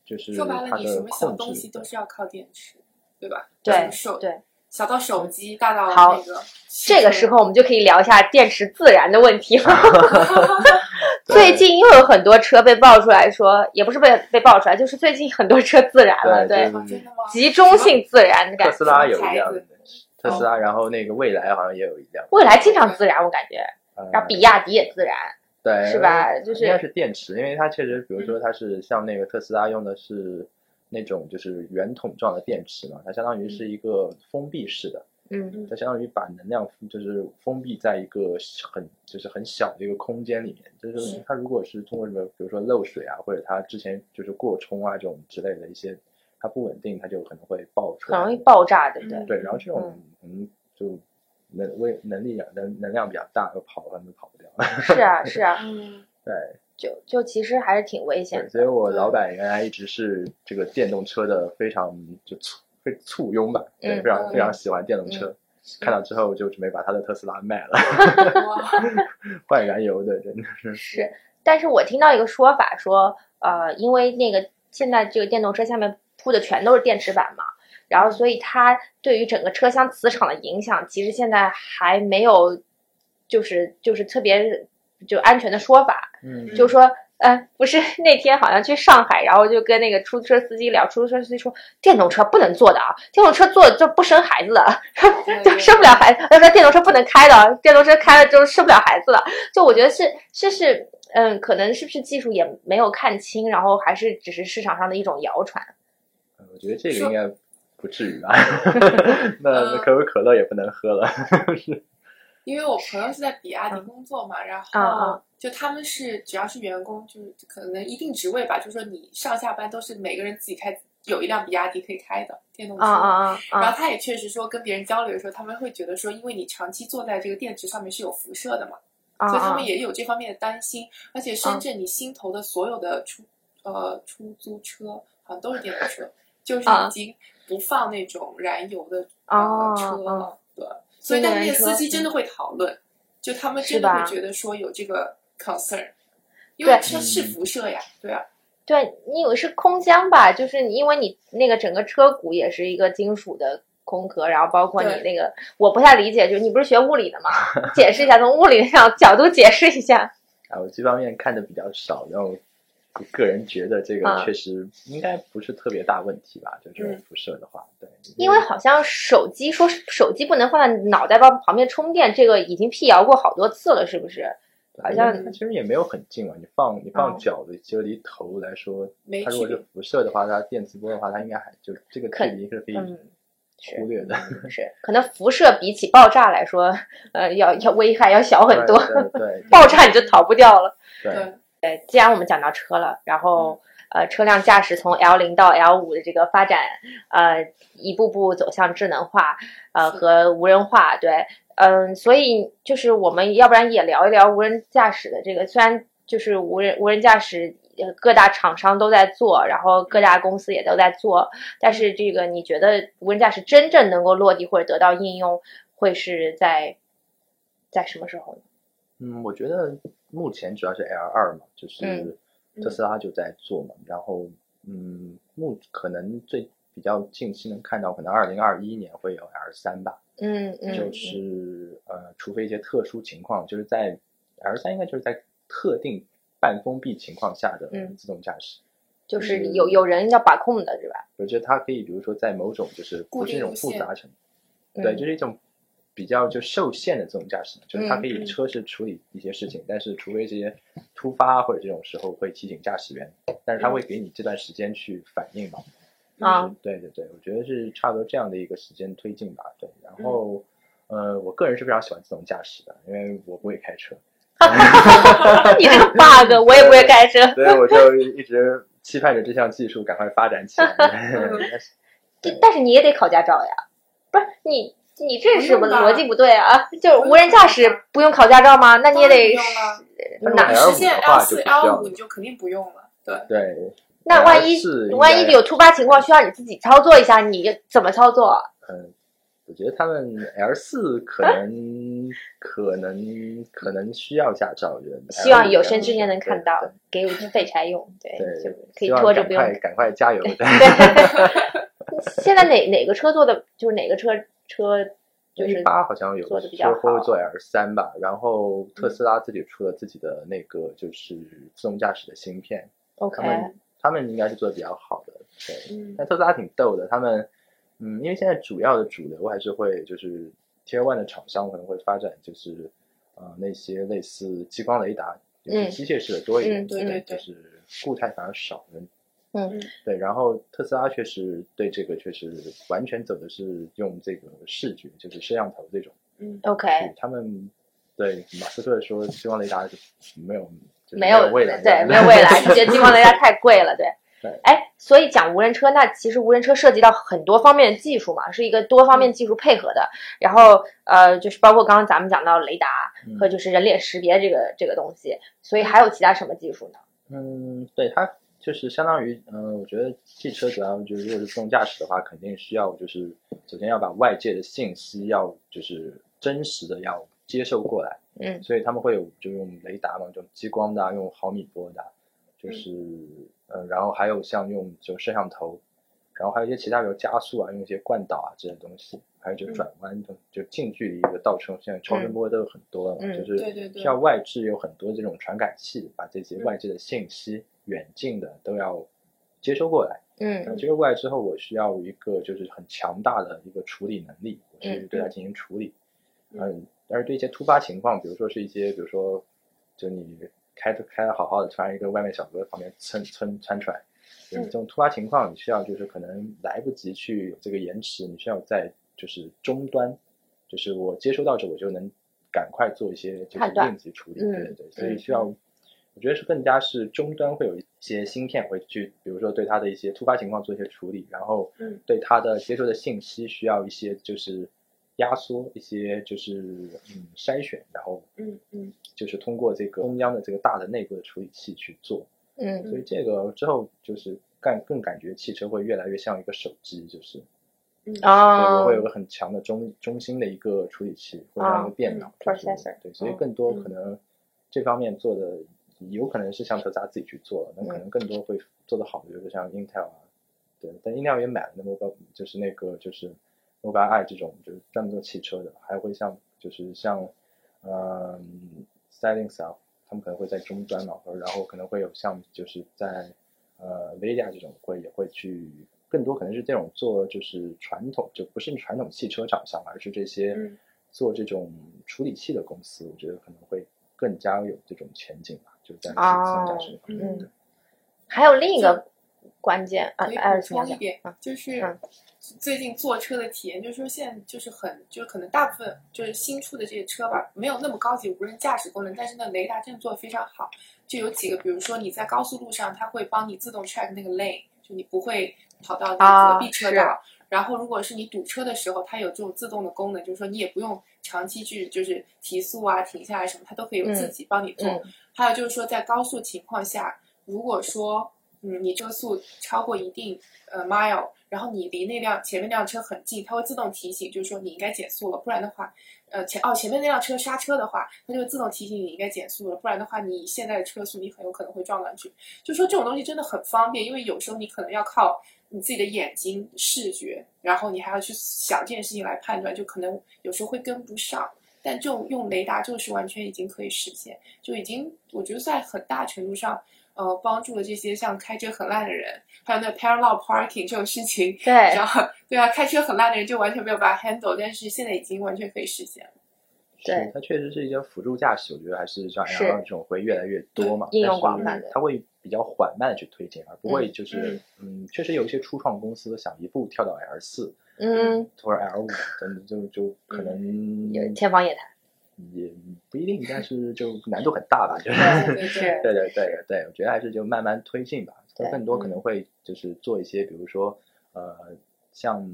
S3: 就是
S2: 说白了，
S3: 它
S2: 你什
S3: 的
S2: 么小
S3: 控
S2: 东
S3: 制
S2: 西，都是要靠电池，对吧？
S1: 对
S2: 手
S1: 对，
S2: 小到手机，大到
S1: 好
S2: 那个。
S1: 这个时候我们就可以聊一下电池自燃的问 题了。
S3: 对
S1: 最近又有很多车被爆出来说，也不是被被爆出来，就是最近很多车自燃了，
S3: 对
S1: 对，
S2: 啊，真的吗？
S1: 集中性自燃的感
S3: 特
S1: 觉。
S3: 斯拉有一辆
S2: 什么
S3: 特斯拉，然后那个蔚来好像也有一辆，
S1: 未来经常自燃，我感觉，
S3: 呃
S1: 然后比亚迪也自燃，
S3: 对
S1: 是吧？就
S3: 应该
S1: 是
S3: 是电池，因为它确实，比如说它是像那个特斯拉用的是那种就是圆筒状的电池嘛，它相当于是一个封闭式的，
S1: 嗯
S3: 它相当于把能量就是封闭在一个很就是很小的一个空间里面，就是
S2: 是
S3: 它如果是通过什么，比如说漏水啊，或者它之前就是过充啊这种之类的一些，它不稳定，它就可能会爆出
S1: 很
S3: 来，
S1: 容易爆炸，对不对？
S2: 嗯
S3: 对，然后这种嗯就能为能力啊能能量比较大，跑可能就跑不掉。
S1: 是啊，是啊，
S2: 嗯，
S3: 对，
S1: 就就其实还是挺危险
S3: 对，
S1: 的。
S3: 所以我老板原来一直是这个电动车的非常就簇非簇拥吧，对，
S1: 嗯
S3: 非常非常
S2: 嗯
S3: 喜欢电动车。看到之后就准备把他的特斯拉卖了，
S2: 哇，
S3: 换燃油的，真的是。
S1: 是，但是我听到一个说法说，呃，因为那个现在这个电动车下面铺的全都是电池板嘛，然后所以它对于整个车厢磁场的影响，其实现在还没有，就是就是特别就安全的说法，
S3: 嗯
S1: 就说。呃，不是那天好像去上海，然后就跟那个出租车司机聊，出租车司机说电动车不能坐的啊，电动车坐就不生孩子了，
S2: 对
S1: 就生不了孩子。他说电动车不能开的，电动车开了之后生不了孩子了。就我觉得是是是，嗯，可能是不是技术也没有看清，然后还是只是市场上的一种谣传。
S3: 呃我觉得这个应该不至 于吧？
S1: 嗯
S3: 那那可口可乐也不能喝了，
S2: 因为我朋友是在比亚迪工作嘛，然
S1: 嗯
S2: 后就他们是只要是员工，就是可能一定职位吧，就是说你上下班都是每个人自己开，有一辆比亚迪可以开的电动车。
S1: 啊啊啊
S2: 然后
S1: 啊！
S2: 他也确实说，跟别人交流的时候，他们会觉得说，因为你长期坐在这个电池上面是有辐射的嘛，所以他
S1: 嗯
S2: 们也有这方面的担心。而且深圳你新投的所有的出呃出租车好像都是电动车，就是
S1: 啊
S2: 已经不放那种燃油的
S1: 哦嗯
S2: 呃车了。对，所
S1: 新
S2: 以
S1: 能
S2: 但是那
S1: 源
S2: 个
S1: 车嗯
S2: 司机真的会讨论，就他们
S1: 是
S2: 真的
S1: 吧
S2: 会觉得说有这 个 concern，因为
S1: 对
S2: 它是辐射呀，对啊，
S1: 对你以为是空箱吧？就是你因为你那个整个车骨也是一个金属的空壳，然后包括你
S2: 对
S1: 那个，我不太理解，就是你不是学物理的吗？解释一下，从物理上角度解释一下。
S3: 啊，我这方面看的比较少，然后我个人觉得这个
S1: 啊
S3: 确实应该不是特别大问题吧，就这种辐射的话，对，
S1: 嗯 因为好像手机说是手机不能放在脑袋包旁边充电，这个已经辟谣过好多次了，是不是？好
S3: 因为
S1: 像
S3: 它其实也没有很近嘛，你放你放
S1: 嗯
S3: 脚的就离头来说，
S2: 没
S3: 它如果
S2: 区
S3: 是辐射的话，它电磁波的话，它应该还就这个距
S1: 肯
S3: 离是可以
S1: 嗯，是
S3: 忽略的，
S1: 是，可能辐射比起爆炸来说，呃，要要危害要小 很多。
S3: 对对 对
S1: 爆炸你就逃不掉了。
S3: 对
S2: 对。
S1: 呃，既然我们讲到车了，然后呃，车辆驾驶从 L 零到 L 五的这个发展，呃，一步步走向智能化，呃
S2: 是
S1: 和无人化，对，嗯，所以就是我们要不然也聊一聊无人驾驶的这个，虽然就是无人无人驾驶。呃各大厂商都在做，然后各大公司也都在做，但是这个你觉得无人驾驶真正能够落地或者得到应用，会是在在什么时候呢？
S3: 嗯，我觉得目前主要是 L 二嘛，
S1: 嗯
S3: 就是特斯拉就在做嘛，然后嗯，目可能最比较近期能看到，可能二零二一年会有 L 三吧，
S1: 嗯嗯，
S3: 就
S1: 嗯
S3: 是呃，除非一些特殊情况，就是在 L 三应该就是在特定半封闭情况下的
S1: 嗯
S3: 自动驾驶。
S1: 就是
S3: 嗯
S1: 有有人要把控的，对吧？
S3: 我觉得它可以，比如说在某种就是不
S2: 固
S3: 是
S2: 定
S3: 那种
S2: 路
S3: 复
S2: 线
S3: 杂程度，
S1: 嗯
S3: 对，就是一种比较就受限的自动驾驶嘛，就是它
S1: 嗯
S3: 可以
S2: 嗯
S3: 车是处理一些事情，但是除非这些突发或者这种时候会提醒驾驶员，但是它会
S2: 嗯
S3: 给你这段时间去反应嘛。
S1: 啊、
S3: 对对对，我觉得是差不多这样的一个时间推进吧。对，然
S2: 嗯
S3: 后、呃，我个人是非常喜欢自动驾驶的，因为我不会开 车，
S1: 你这个 bug，我也不会开车。
S3: 所以我就一直期盼着这项技术赶快发展 起来。但是
S1: 对，但是你也得考驾照呀，不是你你这是
S2: 不
S1: 不
S2: 用吧
S1: 逻辑不对啊？就是
S2: 用
S1: 无人驾驶不用考驾照吗？那你也
S2: 当然
S1: 得
S2: 不用了
S3: 但
S1: 哪
S3: 是
S2: 实
S3: L 五
S2: 现
S3: 的
S2: L
S3: 话就
S2: 四
S3: 不需
S2: L
S3: 要
S2: 五
S3: 了
S2: 你就肯定不用了，对。
S3: 对，
S1: 那
S3: 呃
S1: 万一
S3: 是应
S1: 万一
S3: 该
S1: 有突发情况需要你自己操作一下，你就怎么操作？
S3: 嗯，我觉得他们 L 四可能、可能可能需要驾照，我觉得
S1: 希望
S3: L5
S1: 有生之年能看到
S3: 对，
S1: 给我废柴用，对，
S3: 对
S1: 就
S3: 对
S1: 可以
S3: 希望
S1: 拖着
S3: 赶
S1: 不用
S3: 快赶快加油！对，
S1: 现在哪哪个车做的就是哪个车车就
S3: A
S1: 是
S3: 八好像有
S1: 做
S3: 说
S1: 得比较好
S3: 会做 L 三吧，然后特斯拉自己出了自己的那个就是自动驾驶的芯片，
S1: OK，
S3: 他们他们应该是做的比较好的，对。
S2: 嗯
S3: 但特斯拉挺逗的，他们嗯，因为现在主要的主流还是会就是 Tier One 的厂商可能会发展就是呃那些类似激光雷达，就
S1: 嗯
S3: 是机械式的多一点，
S1: 嗯
S2: 对对
S3: 就
S2: 对
S3: 是固态反而少了。
S1: 嗯，
S3: 对，然后特斯拉确实对这个确实完全走的是用这个视觉，就是摄像头这种。
S2: 嗯，
S1: OK，
S3: 对他们对马斯克说，激光雷达是没有就是
S1: 没
S3: 没
S1: 有
S3: 未来的，
S1: 对，没有 未来，你觉得激光雷达太贵了，对
S3: 对。
S1: 哎，所以讲无人车，那其实无人车涉及到很多方面的技术嘛，是一个多方面
S3: 嗯
S1: 技术配合的。然后呃，就是包括刚刚咱们讲到雷达
S3: 嗯
S1: 和就是人脸识别这个这个东西，所以还有其他什么技术呢？
S3: 嗯，对，它就是相当于，嗯、我觉得汽车主要就是，如果是自动驾驶的话，肯定需要就是，首先要把外界的信息要就是真实的要接受过来，
S1: 嗯
S3: 所以他们会有就用雷达嘛，就激光的、啊，用毫米波的啊、
S1: 嗯
S3: 就是，呃，然后还有像用就摄像头，然后还有一些其他比如加速啊，用一些惯导啊这些东西，还有就
S1: 嗯
S3: 转弯等、就近距离的倒车，现在超声波都有很多了嘛，
S1: 嗯
S3: 就是
S2: 对对对
S3: 需要外置有很多这种传感器，把这些外界的信息、远近的都要接收过来。
S1: 嗯
S3: 那接收过来之后，我需要一个就是很强大的一个处理能力，我去
S1: 嗯
S3: 对它进行处理。
S2: 嗯
S3: 嗯，但是对一些突发情况，比如说是一些，比如说就你开着开的好好的，突然一个外卖小哥旁边窜窜窜出来，就是
S1: 嗯
S3: 你这种突发情况，你需要就是可能来不及去有这个延迟，你需要在就是终端，就是我接收到这我就能赶快做一些就是
S1: 判断
S3: 应急处理，
S1: 嗯
S3: 对对对，所以需要。我觉得是更加是终端会有一些芯片会去，比如说对它的一些突发情况做一些处理，然后
S2: 嗯
S3: 对它的接收的信息需要一些就是压缩，一些就是嗯筛选，然后
S2: 嗯嗯，
S3: 就是通过这个中央的这个大的内部的处理器去做。
S1: 嗯，
S3: 所以这个之后就是感更感觉汽车会越来越像一个手机，就是
S1: 啊
S3: 对会有个很强的中中心的一个处理器，或者像一个电脑
S1: 嗯
S3: 就是
S1: processor，
S3: 对，所以
S1: 嗯
S3: 更多可能这方面做的有可能是像特斯拉自己去做的，那
S1: 嗯
S3: 可能更多会做得好的就是像 Intel 啊，对，但 Intel 也买了那 Mobile 就是那个就是 Mobile Eye 这种就是专门做汽车的，还会像就是像嗯 Silence 啊，他们可能会在终端嘛，然后可能会有像就是在呃 VIA 这种会也会去更多可能是这种做就是传统就不是传统汽车厂商，而是这些
S2: 嗯
S3: 做这种处理器的公司，我觉得可能会更加有这种前景吧，就在自
S1: 哦
S3: 动驾驶方面。
S1: 嗯还有另一个关键啊，
S2: 可以
S1: 艾尔
S2: 补
S1: 斯你要
S2: 充一
S1: 讲
S2: 点
S1: 啊，
S2: 就是
S1: 嗯
S2: 最近坐车的体验，就是说现在就是很，就是可能大部分就是新出的这些车吧，没有那么高级无人驾驶功能，但是呢，雷达真的做的非常好。就有几个，比如说你在高速路上，它会帮你自动 check 那个 lane，就你不会跑到那
S1: 啊
S2: 个隔壁车
S1: 是
S2: 道。然后，如果是你堵车的时候，它有这种自动的功能，就是说你也不用长期去就是提速啊、停下来什么，它都可以有自己帮你做。
S1: 嗯
S2: 还有就是说，在高速情况下，如果说嗯你车速超过一定呃 mile，然后你离那辆前面那辆车很近，它会自动提醒，就是说你应该减速了，不然的话，呃前哦前面那辆车刹车的话，它就会自动提醒你应该减速了，不然的话你以现在的车速你很有可能会撞上去。就说这种东西真的很方便，因为有时候你可能要靠你自己的眼睛视觉，然后你还要去想这件事情来判断，就可能有时候会跟不上。但这种用雷达就是完全已经可以实现，就已经我觉得在很大程度上，呃，帮助了这些像开车很烂的人，还有那 parallel parking 这种事情，
S1: 对
S2: 然后对啊，开车很烂的人就完全没有办法 handle，但是现在已经完全可以实现了。
S1: 对
S3: 是它确实是一些辅助驾驶，我觉得还是像
S1: 是
S3: L 这种会越来越多嘛，
S1: 应用
S3: 但是
S1: 广泛的
S3: 它会比较缓慢的去推进，而不会就是
S2: 嗯
S3: 嗯，确实有一些初创公司想一步跳到 L 四
S1: 嗯，
S3: 或者 L 五等等，就就可能
S1: 有天方夜谭，
S3: 也不一定，但是就难度很 大吧，就是。
S2: 对对
S1: 是
S2: 对，
S3: 对对对对对，我觉得还是就慢慢推进吧。它
S1: 对嗯
S3: 更多可能会就是做一些，比如说呃，像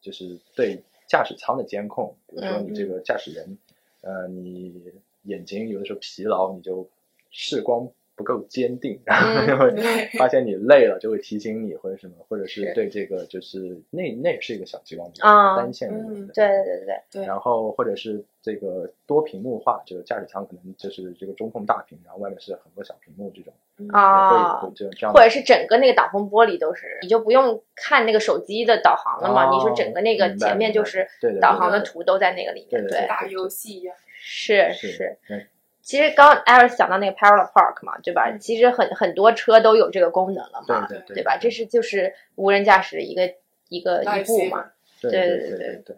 S3: 就是对驾驶舱的监控，比如说
S1: 嗯
S3: 你这个驾驶人，呃，你眼睛有的时候疲劳，你就视光不够坚定，然
S1: 嗯
S3: 后就会
S2: 对
S3: 发现你累了，就会提醒你或者什么，或者
S1: 是
S3: 是对这个就是那那也是一个小激光笔，
S1: 啊
S3: 单线的那
S2: 嗯
S3: 种。
S1: 对对对对，
S2: 对
S3: 然后或者是这个多屏幕化，这个驾驶舱可能就是这个中控大屏，然后外面是很多小屏幕这种，也
S1: 啊
S3: 嗯会有，这这样的
S1: 或者是整个那个挡风玻璃都是，你就不用看那个手机的导航了嘛，
S3: 哦
S1: 你说整个那个
S3: 明白
S1: 前面就
S3: 明
S1: 是
S3: 白对对对
S1: 导航的
S3: 对对
S1: 图都在那个里面，
S3: 对对对
S2: 打游戏一样，
S1: 是
S3: 是
S1: 是。
S3: 嗯
S1: 其实刚 Iris 讲到那个 Parallel Park 嘛，对吧？
S2: 嗯
S1: 其实很很多车都有这个功能了嘛，
S3: 对对
S1: 对吧？这是就是无人驾驶的一个一个一
S2: Life
S1: 步嘛。
S3: 对
S1: 对对
S3: 对
S1: 对
S3: 对，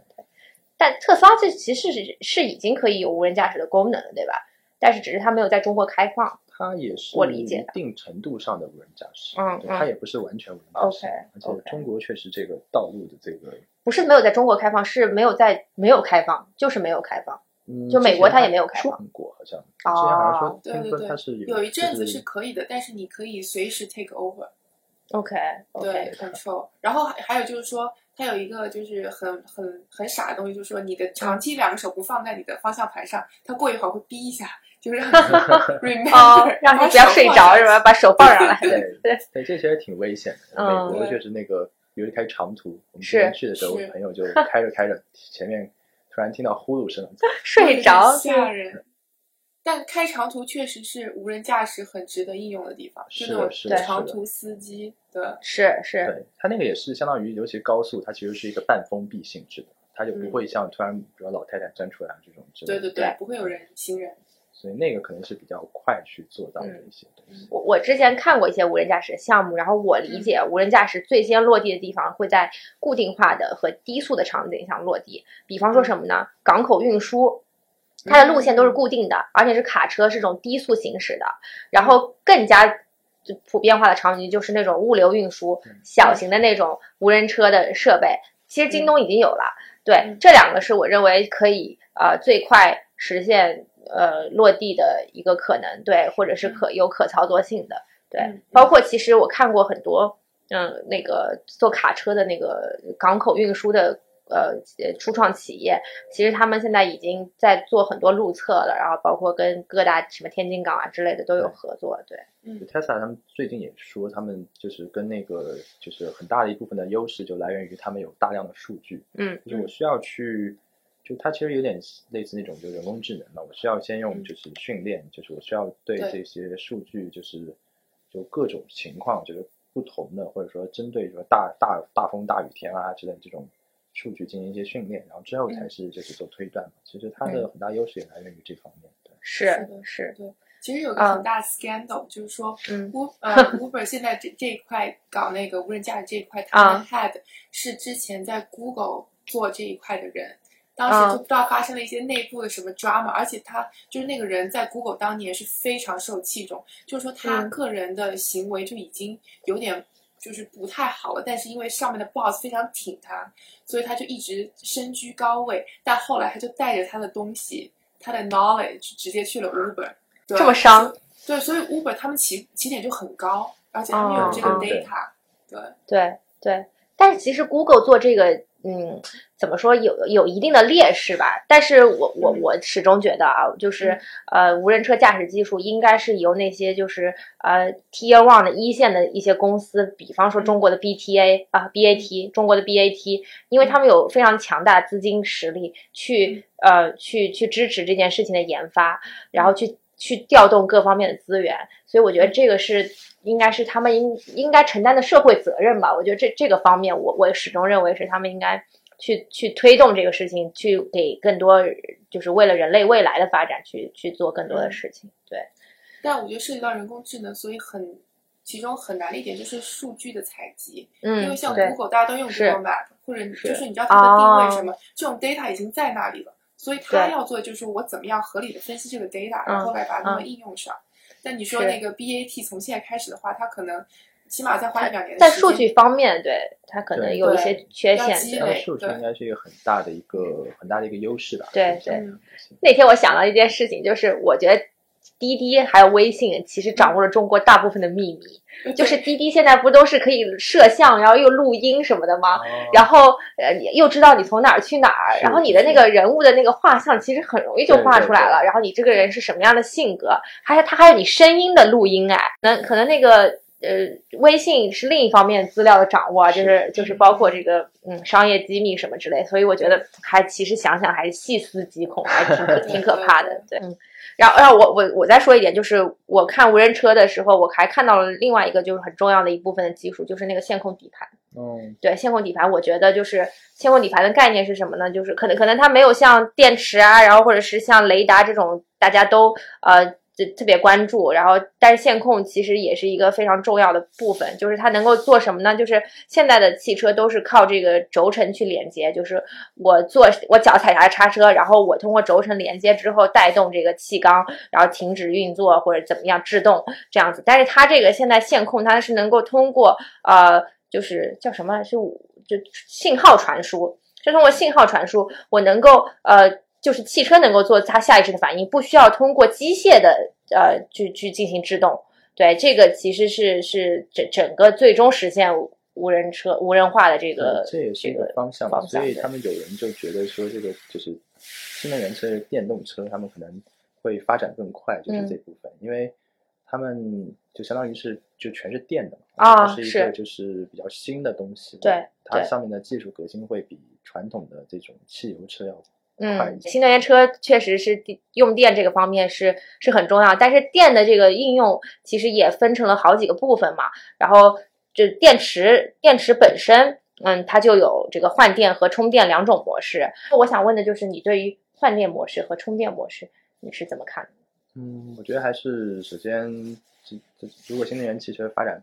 S1: 但特斯拉这其实是是已经可以有无人驾驶的功能了，对吧？但是只是它没有在中国开放。
S3: 它也是
S1: 我理解
S3: 一
S1: 的
S3: 定程度上的无人驾驶，
S1: 嗯
S3: 对
S1: 嗯
S3: 它也不是完全无人驾驶
S1: OK，
S3: 而且中国确实这个道路的这个，
S1: 不是没有在中国开放，是没有在没有开放，就是没有开放。
S3: 嗯，
S1: 就美国它
S3: 它
S1: 也没有开哦放
S3: 创过，好像之前好像说
S2: 对对
S3: 听说
S2: 对
S3: 它是
S2: 有一阵子
S3: 就是
S2: 可以的，但是你可以随时 take over。
S1: OK OK，
S2: 对，control。然后还还有就是说，它有一个就是很很很傻的东西，就是说你的长期两个手不放在你的方向盘上，它过一会儿会逼一下，就是让你
S1: 哦
S2: remember，，
S1: 让你不要睡着是吧？？把手放 上来。
S3: 对
S1: 对
S3: 对，这其实挺危险的。
S1: 嗯
S3: 美国确实那个，尤其开长途，我们
S1: 是
S3: 之前去的时候，
S2: 是
S3: 我朋友就开着开着， 前面突然听到呼噜声，
S1: 睡着
S2: 吓人。但开长途确实是无人驾驶很值得应用的地方，就是那
S3: 的
S2: 种
S3: 是的是的
S2: 长途司机的，
S1: 是是，
S3: 对，它那个也是相当于，尤其高速，它其实是一个半封闭性质的，它就不会像突然比如说老太太钻出来啊这种之类
S2: 对
S3: 的。
S2: 对
S1: 对
S2: 对，不会有人行人。
S3: 所以那个可能是比较快去做到的一些东西。
S1: 我我之前看过一些无人驾驶的项目，然后我理解无人驾驶最先落地的地方会在固定化的和低速的场景上落地。比方说什么呢？港口运输，嗯它的路线都是固定的，而且是卡车是这种低速行驶的，然后更加就普遍化的场景就是那种物流运输
S3: 嗯，
S1: 小型的那种无人车的设备，其实京东已经有了。对
S2: 嗯，
S1: 这两个是我认为可以呃最快实现呃落地的一个可能，对，或者是可有可操作性的，对
S2: 嗯嗯嗯，
S1: 包括其实我看过很多嗯那个做卡车的那个港口运输的。呃，呃初创企业其实他们现在已经在做很多路测了，然后包括跟各大什么天津港啊之类的都有合作。对，
S2: 嗯
S3: Tesla 他们最近也说，他们就是跟那个就是很大的一部分的优势就来源于他们有大量的数据，
S1: 嗯，
S3: 就是我需要去，就它其实有点类似那种就人工智能嘛，我需要先用
S2: 嗯
S3: 就是训练，就是我需要对
S2: 对
S3: 这些数据就是就各种情况就是不同的，或者说针对什么大大大风大雨天啊之类的这种数据进行一些训练，然后之
S2: 嗯
S3: 后才是就是做推断嘛。其实它的很大优势也来源于这方面。对，
S1: 是
S2: 的
S1: 是，
S2: 其实有个很大 scandal，、就是说
S1: 嗯
S2: U 呃 Uber 现在这这一块搞那个无人驾驶这一块，他
S1: 啊
S2: 们 head 是之前在 Google 做这一块的人，当
S1: 啊
S2: 时就不知道发生了一些内部的什么 drama，、而且他就是那个人在 Google 当年是非常受器重，就是说他
S1: 嗯
S2: 个人的行为就已经有点。就是不太好了，但是因为上面的 boss 非常挺他，所以他就一直身居高位。但后来他就带着他的东西，他的 knowledge 直接去了 Uber，对
S1: 这么伤，
S2: 对，所以 Uber 他们起起点就很高，而且他们有这个
S1: 哦哦
S2: data，、
S1: 对对。但是其实 Google 做这个，嗯，怎么说有有一定的劣势吧？但是我我
S2: 嗯
S1: 我始终觉得啊，就是呃，无人车驾驶技术应该是由那些就是呃 Tier One 的一线的一些公司，比方说中国的 BTA 啊、BAT，中国的 BAT，因
S2: 嗯
S1: 为他们有非常强大的资金实力去
S2: 嗯
S1: 呃去去支持这件事情的研发，然后去去调动各方面的资源，所以我觉得
S2: 嗯
S1: 这个是应该是他们应应该承担的社会责任吧。我觉得这这个方面我，我始终认为是他们应该去去推动这个事情，去给更多就是为了人类未来的发展去去做更多
S2: 嗯
S1: 的事情。对，
S2: 但我觉得涉及到人工智能，所以很其中很难的一点就是数据的采集，因为
S1: 嗯，
S2: 像
S1: 对
S2: Google 大家都用
S1: 是
S2: Google Map，或者
S1: 是
S2: 就是你知道它的定
S1: 哦
S2: 位什么，这种 data 已经在那里了，所以它
S1: 对
S2: 要做的就是我怎么样合理的分析这个 data，
S1: 嗯
S2: 然后来把它们应用上。但你说
S1: 是
S2: 那个 BAT 从现在开始的话，它可能起码再花一两年的
S1: 在
S2: 时间
S1: 数据方面，对它可能
S3: 对
S1: 有一些缺
S2: 要积
S1: 陷。
S3: 它
S1: 对
S3: 的
S2: 累
S3: 数据
S2: 对
S3: 应该是一个很大的一个很大的一个优势吧。
S1: 对嗯
S3: 就是这样
S2: 对
S3: 的东西
S1: 那天我想到一件事情，就是我觉得。滴滴还有微信，其实掌握了中国大部分的秘密。就是滴滴现在不都是可以摄像，然后又录音什么的吗？然后呃你又知道你从哪儿去哪儿，
S3: 哦是
S1: 然后你的那个人物的那个画像其实很容易就画出来了，
S3: 对对对
S1: 然后你这个人是什么样的性格，还有他还有你声音的录音哎，那可能那个。呃，微信是另一方面资料的掌握啊，就是就是包括这个嗯商业机密什么之类，所以我觉得还其实想想还是细思极恐，还 挺可挺可怕的，对。嗯然后，然后我我我再说一点，就是我看无人车的时候，我还看到了另外一个就是很重要的一部分的技术，就是那个线控底盘。
S3: 嗯，
S1: 对线控底盘，我觉得就是线控底盘的概念是什么呢？就是可能可能它没有像电池啊，然后或者是像雷达这种大家都呃就特别关注，然后但是线控其实也是一个非常重要的部分，就是它能够做什么呢？就是现在的汽车都是靠这个轴承去连接，就是我做我脚踩下刹车，然后我通过轴承连接之后带动这个气缸，然后停止运作或者怎么样制动这样子。但是它这个现在线控它是能够通过呃，就是叫什么？是五就信号传输，是通过信号传输，我能够呃，就是汽车能够做它下意识的反应，不需要通过机械的呃去去进行制动。对，这个其实是是整整个最终实现无人车无人化的这个
S3: 对这也是一
S1: 这个
S3: 个方向嘛。
S1: 方向
S3: 所以
S1: 对
S3: 他们有人就觉得说，这个就是新能源车、电动车，他们可能会发展更快，就是
S1: 嗯
S3: 这部分，因为他们就相当于是就全是电的嘛，
S1: 啊
S3: 它是一个
S1: 是
S3: 就是比较新的东西嘛，
S1: 对
S3: 它
S1: 对
S3: 上面的技术革新会比传统的这种汽油车要快一
S1: 嗯，
S3: 些。
S1: 新能源车确实是地用电这个方面是是很重要，但是电的这个应用其实也分成了好几个部分嘛。然后就电池，电池本身，嗯，它就有这个换电和充电两种模式。我想问的就是，你对于换电模式和充电模式你是怎么看的？
S3: 嗯，我觉得还是首先，这这如果新能源汽车发展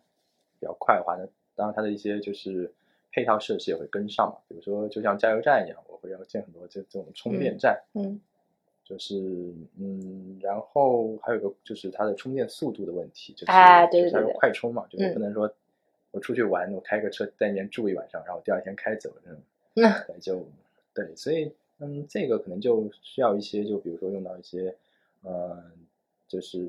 S3: 比较快的话，那当然它的一些就是配套设施也会跟上嘛。比如说，就像加油站一样，我会要建很多这这种充电站，
S1: 嗯
S3: 就是嗯，然后还有一个就是它的充电速度的问题，就是、
S1: 哎对
S3: 就是它
S1: 对对
S3: 是快充嘛，就是我
S1: 嗯
S3: 不能说我出去玩，我开个车在那边住一晚上，然后我第二天 开走这种，
S1: 嗯
S3: 对就对，所以嗯，这个可能就需要一些，就比如说用到一些呃，就是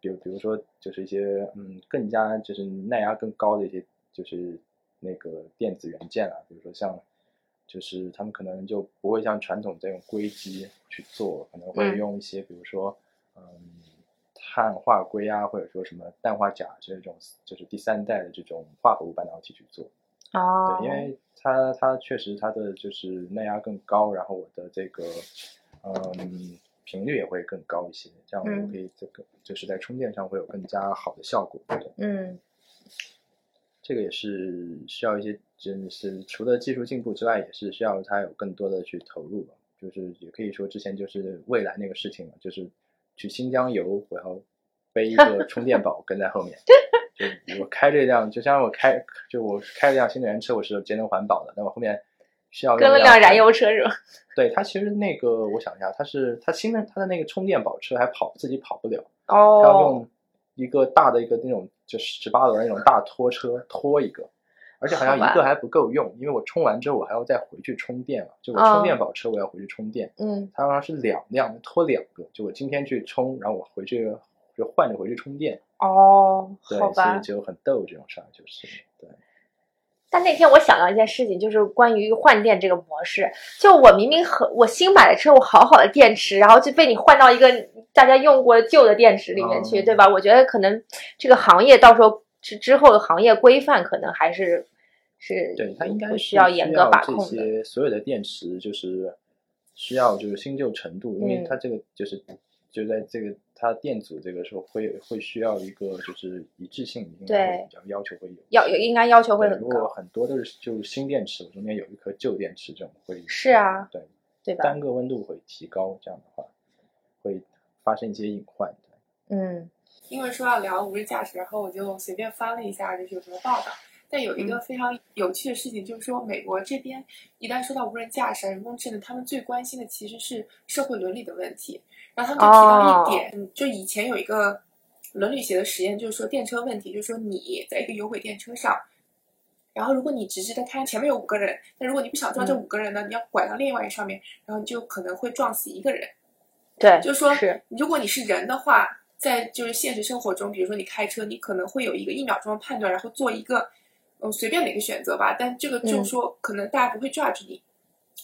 S3: 比如比如说就是一些嗯更加就是耐压更高的一些就是那个电子元件啊，比如说像就是他们可能就不会像传统这种硅基去做，可能会
S1: 嗯
S3: 用一些比如说嗯碳化硅啊，或者说什么氮化钾这种就是第三代的这种化合物半导体去做。
S1: 哦，
S3: 对，因为它它确实它的就是耐压更高，然后我的这个嗯频率也会更高一些，这样
S1: 嗯
S3: 我可以这个就是在充电上会有更加好的效果。对
S1: 嗯
S3: 这个也是需要一些，真的是除了技术进步之外，也是需要它有更多的去投入吧。就是也可以说之前就是蔚来那个事情嘛，就是去新疆游，我要背一个充电宝跟在后 面。就我开这辆，就像我开，就我开一辆新能源车，我是节能环保的，但我后面需要用
S1: 跟了
S3: 一
S1: 辆燃油车是吧？
S3: 对它其实那个，我想一下，它是它新的它的那个充电宝车还跑自己跑不了，它要
S1: 哦，
S3: 用一个大的一个那种就十八轮那种大拖车拖一个，而且好像
S1: 好吧
S3: 一个还不够用，因为我充完之后我还要再回去充电嘛，就我
S1: 哦
S3: 充电宝车我要回去充电，
S1: 嗯
S3: 它好像是两辆拖两个，就我今天去充，然后我回去就换着回去充电，
S1: 哦，
S3: 对，
S1: 好
S3: 所
S1: 吧
S3: 以。就很逗这种事儿，就是对，
S1: 但那天我想到一件事情，就是关于换电这个模式。就我明明和我新买的车，我好好的电池，然后就被你换到一个大家用过旧的电池里面去，
S3: 嗯
S1: 对吧？我觉得可能这个行业到时候之之后的行业规范可能还是是
S3: 对，它应该
S1: 会
S3: 是
S1: 需要严格把控
S3: 这
S1: 的。
S3: 些所有的电池就是需要就是新旧程度，因为
S1: 嗯
S3: 它这个就是就在这个它电阻这个时候会会需要一个就是一致性，应该
S1: 对
S3: 会比较要求会有
S1: 要有应该要求会
S3: 对
S1: 很
S3: 如
S1: 高
S3: 果，很多都是就是新电池，我中间有一颗旧电池，这种会
S1: 是啊
S3: 对
S1: 对吧？
S3: 单个温度会提高，这样的话会发生一些隐患。对
S1: 嗯
S2: 因为说要聊无人驾驶，然后我就随便翻了一下，就是有什么报道。但有一个非常有趣的事情，就是说美国这边一旦说到无人驾驶、人工智能，他们最关心的其实是社会伦理的问题。然后他们就提到一点，嗯就以前有一个伦理学的实验，就是说电车问题，就是说你在一个有轨电车上，然后如果你直直的开，前面有五个人，那如果你不想撞这五个人呢，你要拐到另外一上面，然后你就可能会撞死一个人。
S1: 对，
S2: 就是说
S1: 是，
S2: 如果你是人的话，在就是现实生活中，比如说你开车，你可能会有一个一秒钟的判断，然后做一个嗯随便哪个选择吧。但这个就是说，可能大家不会 judge 你。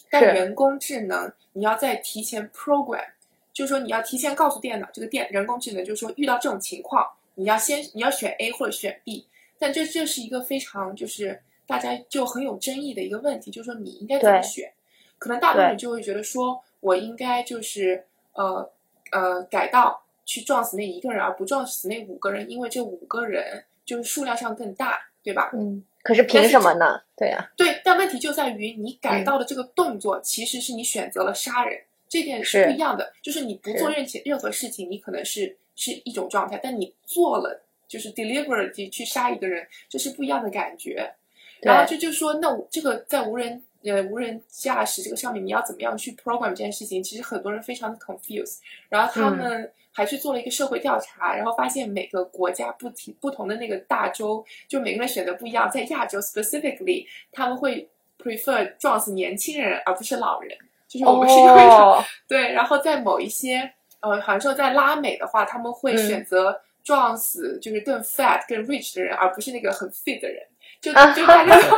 S2: 但
S1: 是
S2: 人工智能，你要在提前 program，就是说你要提前告诉电脑，这个电人工智能就是说遇到这种情况，你要先你要选 A 或者选 B。但这这是一个非常就是大家就很有争议的一个问题，就是说你应该怎么
S1: 对
S2: 选？可能大部分人
S1: 对
S2: 就会觉得说，我应该就是呃呃改道去撞死那一个人，而不撞死那五个人，因为这五个人就是数量上更大，对吧？
S1: 嗯，可是凭什么呢？对啊呀、
S2: 对，但问题就在于你
S1: 嗯
S2: 改道的这个动作，其实是你选择了杀人，这点
S1: 是
S2: 是不一样的。就是你不做
S1: 是
S2: 任前任何事情，你可能是是一种状态，但你做了就是 deliberately 去杀一个人，这是不一样的感觉。
S1: 对
S2: 然后这就说，那我这个在无人呃无人驾驶这个上面，你要怎么样去 program 这件事情？其实很多人非常的 confused。然
S1: 嗯
S2: 后他们还去做了一个社会调查，然后发现每个国家不提不同的那个大洲，就每个人选择不一样。在亚洲 specifically，他们会 prefer 撞死年轻人而不是老人，就是我们是有一种、
S1: 哦，
S2: 对。然后在某一些呃，好像说在拉美的话，他们会
S1: 嗯
S2: 选择撞死就是更 fat 更 rich 的人，而不是那个很 fit 的人。 就
S1: 啊
S2: 就大 家都。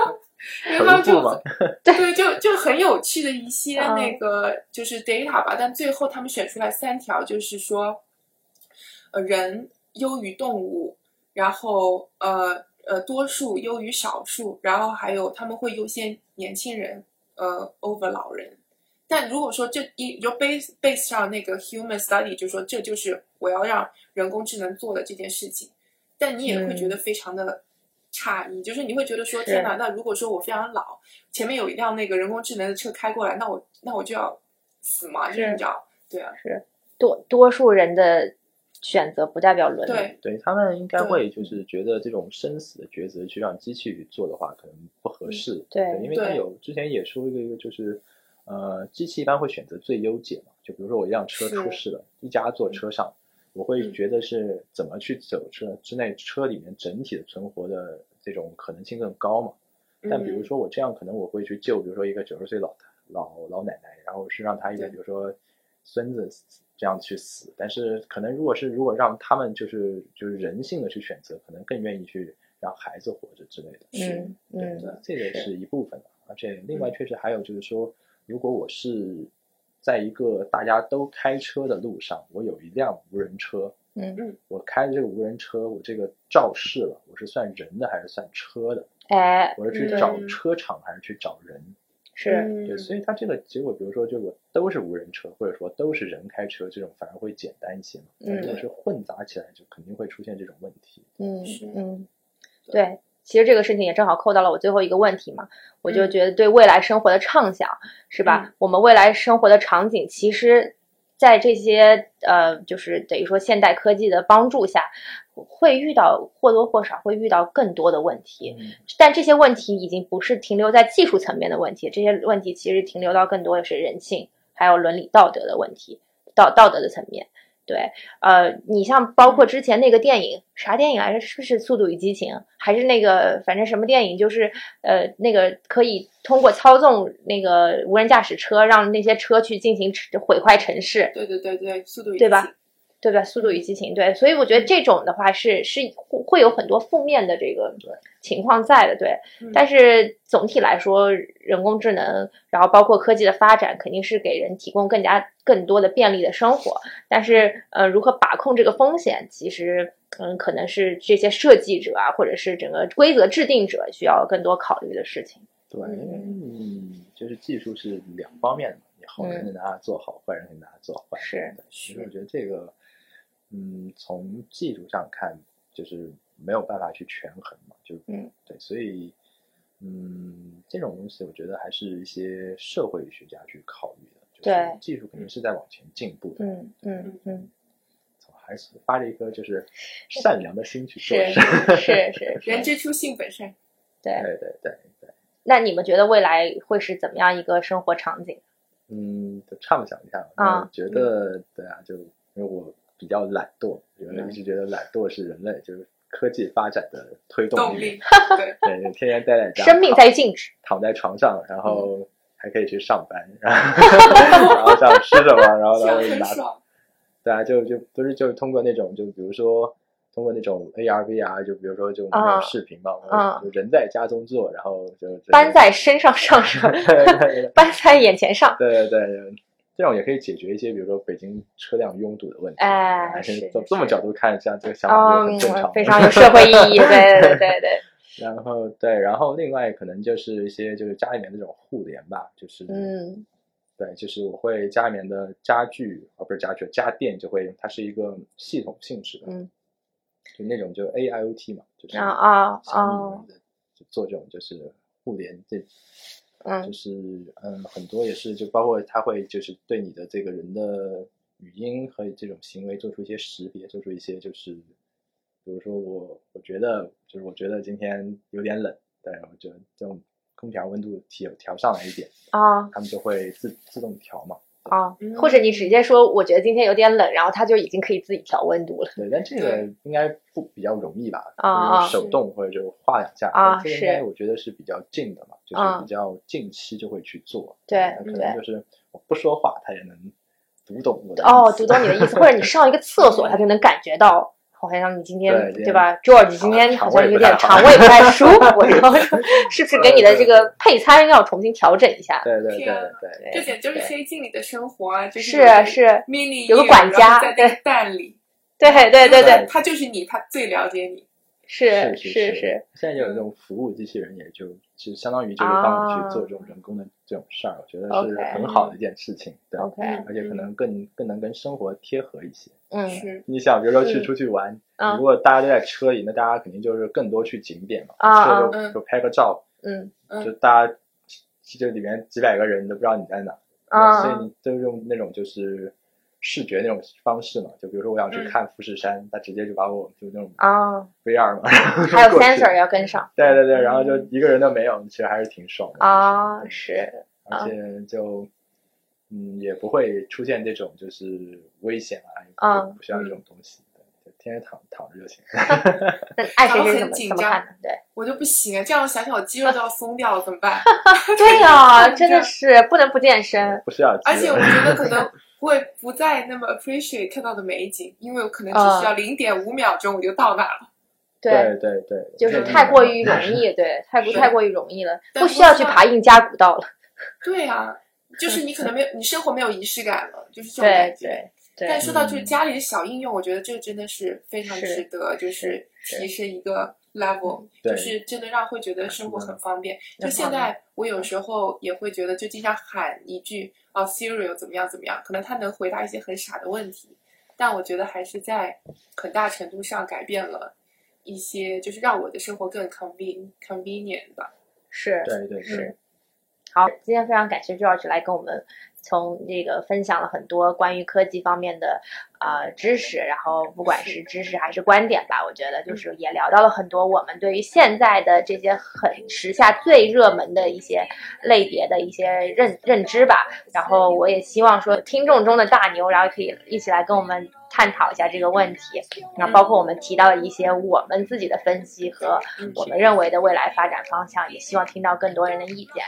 S2: 因为他们
S3: 头
S2: 就
S3: 部嘛
S2: 对，就就很有趣的一些
S1: 嗯
S2: 那个就是 data 吧，但最后他们选出来三条，就是说，呃，人优于动物，然后呃呃多数优于少数，然后还有他们会优先年轻人，呃 over 老人。但如果说这一就 base base 上那个 human study，就说这就是我要让人工智能做的这件事情，但你也会觉得非常的诧异，就是你会觉得说
S1: 是
S2: 天哪，那如果说我非常老，前面有一辆那个人工智能的车开过来，那我那我就要死嘛，就是是你知道，对啊，
S1: 多多数人的选择不代表伦理。
S2: 对，
S3: 对他们应该
S2: 对
S3: 会就是觉得这种生死的抉择去让机器做的话，可能不合适。
S1: 对
S3: 因为它
S2: 对
S3: 有之前也说一个一个就是，呃，机器一般会选择最优解嘛，就比如说我一辆车出事了，一家坐车上，我会觉得是怎么去走车之内车里面整体的存活的这种可能性更高嘛。
S2: 嗯
S3: 但
S1: 嗯
S3: 比如说我这样，可能我会去救，比如说一个九十岁老老老奶奶，然后是让她一个
S2: 对
S3: 比如说孙子这样去死。但是可能如果是如果让他们就是就是人性的去选择，可能更愿意去让孩子活着之类的。
S2: 是
S1: 嗯嗯
S3: 对，这
S1: 是
S3: 个
S1: 嗯
S3: 是一部分的，啊而且另外确实还有就是说，如果我是在一个大家都开车的路上，我有一辆无人车，
S1: 嗯
S2: 嗯，
S3: 我开着这个无人车，我这个肇事了，我是算人的还是算车的？
S1: 哎，
S3: 我是去
S1: 嗯
S3: 找
S2: 嗯
S3: 车厂还是去找人？
S1: 是，
S3: 对，所
S2: 以
S3: 以它这个结果，比如说就我都是无人车，或者说都是人开车，这种反而会简单一些嘛。但如果
S2: 嗯
S3: 是混杂起来，就肯定会出现这种问题。
S1: 嗯
S2: 是
S1: 嗯，
S2: 对
S1: 对。其实这个事情也正好扣到了我最后一个问题嘛，我就
S2: 嗯
S1: 觉得对未来生活的畅想，是吧？我们未来生活的场景，其实，在这些呃，就是等于说现代科技的帮助下，会遇到或多或少会遇到更多的问题。
S3: 嗯
S1: 但这些问题已经不是停留在技术层面的问题，这些问题其实停留到更多的是人性，还有伦理道德的问题，道道德的层面。对，呃，你像包括之前那个电影，啥电影来着？是不是《速度与激情》？还是那个反正什么电影？就是呃，那个可以通过操纵那个无人驾驶车，让那些车去进行毁坏城市。
S2: 对对对对，速度与
S1: 对吧
S2: 激情？
S1: 对吧？《速度与激情》对，所以我觉
S2: 嗯
S1: 得这种的话是是会会有很多负面的这个情况在的，对
S2: 嗯。
S1: 但是总体来说，人工智能，然后包括科技的发展，肯定是给人提供更加更多的便利的生活。但是，
S2: 嗯
S1: 呃，如何把控这个风险，其实，嗯，可能是这些设计者啊，或者是整个规则制定者需要更多考虑的事情。
S3: 对，
S2: 嗯
S3: 因为你就是技术是两方面的嘛，你好人可以拿它做好，坏人可以拿它做坏。
S1: 是
S3: 对，其实我觉得这个，嗯，从技术上看，就是没有办法去权衡嘛，就
S1: 嗯
S3: 对，所以嗯，这种东西我觉得还是一些社会学家去考虑的。就是
S1: 对
S3: 技术肯定是在往前进步的，
S1: 嗯嗯嗯，
S3: 从还是发着一颗就是善良的心去做
S1: 是
S3: 事。
S1: 是是 是，
S2: 人之初性本善，
S1: 对。
S3: 对对对对。
S1: 那你们觉得未来会是怎么样一个生活场景？
S3: 嗯，就畅想一下吧。
S1: 啊
S3: 我觉得对啊，就因为我比较懒惰，原
S1: 嗯
S3: 来一直觉得懒惰是人类就是科技发展的推动
S2: 动力对，
S3: 对，就天天待在家，
S1: 生命在嗯于静止。
S3: 躺躺在床上，然后还可以去上班，然后然后想吃什么，然后
S2: 这
S3: 然
S2: 样
S3: 后就
S2: 很
S3: 拿
S2: 爽。
S3: 对啊，就就不是就是通过那种就比如说通过那种 AR VR，就比如说就那
S1: 啊
S3: 种视频嘛，
S1: 啊
S3: 就人在家中坐，然后就就
S1: 搬在身上上升， 搬在眼前 上。
S3: 对对对，这种也可以解决一些，比如说北京车辆拥堵的问题。
S1: 哎
S3: 还
S1: 是
S3: 是
S1: 是
S3: 从这么角度看，像这个想法就
S1: 嗯
S3: 很正常。，
S1: 非常有社会意 义。对对对 对，
S3: 然后对，然后另外可能就是一些就是家里面那种互联吧，就是
S1: 嗯
S3: 对，就是我会家里面的家具啊，不是家具，家电就会它是一个系统性质的，
S1: 嗯，
S3: 就那种就 AIoT 嘛，就是
S1: 啊啊
S3: 小
S1: 啊
S3: 米，的就做这种就是互联这
S1: 嗯
S3: 就是嗯，很多也是就包括它会就是对你的这个人的语音和这种行为做出一些识别，做出一些就是，比如说我我觉得就是我觉得今天有点冷，对，我觉得这种空调温度调调上来一点，
S1: 啊
S3: 他们就会自自动调嘛。
S1: 啊，或者你直接说，我觉得今天有点冷，然后它就已经可以自己调温度了。
S3: 对，但这个应该不比较容易吧？
S1: 啊
S3: 就是手动或者就画两下哎
S1: 啊
S3: 但这个
S1: 是
S3: 应该我觉得是比较近的嘛，就是
S1: 嗯
S3: 比较近期就会去做。
S1: 对
S3: 那可能
S1: 对
S3: 就是我不说话，它也能读懂我的
S1: 哦
S3: 意，思
S1: 读懂你的意思，或者你上一个厕所，它就能感觉到。好像你今天
S3: 对
S1: 对吧，George 今天好像有点肠
S3: 肠
S1: 胃不太舒 服，然后说是不是给你的这个配餐要重新调整一下？
S3: 对对对
S2: 天啊
S3: 对对，
S2: 这简直就是黑镜里的生活啊！就是是
S1: 是，
S2: mini
S1: 有个管家
S2: 在那个蛋里，
S1: 对对对对，
S2: 他就是你，他最了解你。
S1: 是是
S3: 是是
S1: 是，。
S3: 现在有这种服务机器人，也就就相当于就是帮你去做这种人工的这种事儿，我觉得是
S1: 哦 OK
S3: 很好的一件事情。对，
S1: OK，
S2: 嗯
S3: 而且可能更更能跟生活贴合一些。
S1: 嗯
S2: 是，
S3: 你想，比如说去
S1: 嗯
S3: 出去玩，
S1: 嗯
S3: 如果大家都在车里，那大家肯定就是更多去景点嘛，
S1: 啊
S3: 所以就
S2: 嗯
S3: 就拍个照，
S1: 嗯
S2: 嗯
S3: 就大家这里面几百个人都不知道你在哪，
S1: 啊
S3: 所以你就用那种就是视觉那种方式嘛，就比如说我想去
S2: 嗯
S3: 看富士山，他直接就把我就那种
S1: 啊，
S3: VR 嘛，
S1: 还有
S3: 过去
S1: sensor 嗯要跟上
S3: 对对对，然后就一个人都没有，其实还是挺爽的
S1: 啊，
S3: 就是
S1: 是
S3: 而且就
S4: 嗯，也不会出现这种就是危险啊，
S1: 嗯
S4: 不需要这种东西，对，就天天躺躺着就行。
S1: 那爱谁谁
S2: 然后
S1: 怎
S2: 很
S1: 么
S2: 紧
S1: 怎么
S2: 张
S1: 看的？对。
S2: 我就不行啊，这样想想我肌肉都要松掉了，怎么办？
S1: 对呀、 真的是不能不健身。
S4: 不需要肌
S2: 而且
S4: 肉
S2: 我觉得可能会不再那么 appreciate 看到的美景，因为我可能只需
S1: 嗯
S2: 要零点五秒钟我就到那儿了。
S1: 对，
S4: 对对，
S1: 就是
S4: 嗯
S1: 太过于容易，对，太不
S2: 是
S1: 太过于容易了，
S2: 但
S1: 不
S2: 不
S1: 需要去
S2: 需要
S1: 爬印加古道了。
S2: 对啊，就是你可能没有，你生活没有仪式感了，就是这种
S1: 嗯对
S2: 感觉。
S1: 对
S2: 但
S1: 对，
S2: 说到就是家里的小应用，我觉得这真的是非常
S1: 是
S2: 值得，就是提升一个 level，
S4: 对
S2: 就是真的让会觉得生活很方便。
S1: 嗯
S2: 就现在我有时候也会觉得，就经常喊一句啊 Siri 怎么样怎么样，可能他能回答一些很傻的问题，但我觉得还是在很大程度上改变了一些，就是让我的生活更 conven convenient 吧。
S1: 是
S4: 对对对
S1: 是，好，今天非常感谢 George 来跟我们从这个分享了很多关于科技方面的呃知识，然后不管是知识还是观点吧，我觉得就是也聊到了很多我们对于现在的这些很时下最热门的一些类别的一些认认知吧。然后我也希望说听众中的大牛，然后可以一起来跟我们探讨一下这个问题，然后包括我们提到的一些我们自己的分析和
S2: 嗯
S1: 我们认为的未来发展方向，也希望听到更多人的意见。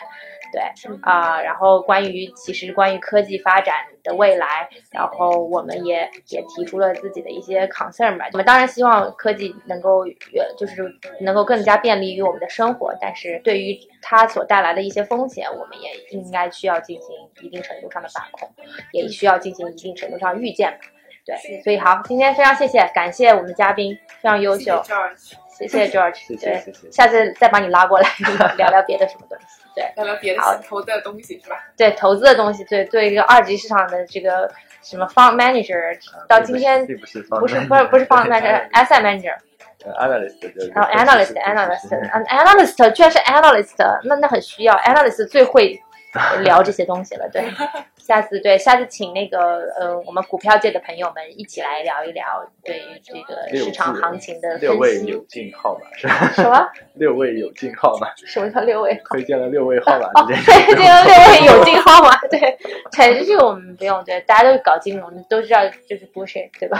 S1: 对
S2: 嗯
S1: 啊、然后关于其实关于科技发展的未来，然后我们也也提出了自己的一些 concern 吧。我们当然希望科技能够越就是能够更加便利于我们的生活，但是对于它所带来的一些风险，我们也应该需要进行一定程度上的把控，
S2: 嗯
S1: 也需要进行一定程度上预见吧。对，所以好，今天非常谢谢，感谢我们的嘉宾，非常优
S2: 谢谢
S1: 秀，
S2: George，
S1: 谢谢 George，
S4: 谢谢
S1: 对
S4: 谢谢
S1: 下次再把你拉过 来聊聊别的什么东西，对。
S2: 聊聊别的
S1: 好
S2: 心头的东西是吧？
S1: 对投资的东西，对对这个二级市场的这个什么 fund manager，
S3: 啊
S1: 到
S3: 并不
S1: 今
S3: 是
S1: 天
S3: 并不是
S1: 不是
S3: fund
S1: 不是不是 fund
S3: manager，
S1: manager，asset manager，
S3: 呃 analyst 就是
S1: 然后
S3: 分析
S1: analyst
S3: 师
S1: analyst an- analyst 居然是 analyst，那那很需要 analyst 最会 聊这些东西了，对。下次对，下次请那个呃，我们股票界的朋友们一起来聊一聊对于这个
S4: 六
S1: 市场
S4: 字
S1: 行情的分
S4: 六位
S1: 析。
S4: 有进号码是
S1: 什么
S4: 六位有进号码，
S1: 什么叫六位？
S4: 推荐了六位号码
S1: 哦，
S4: 之间，，
S1: 对这个六位有进号码，对，产生这个我们不用，对，大家都是搞金融的，都知道就是 bullshit，对 吧？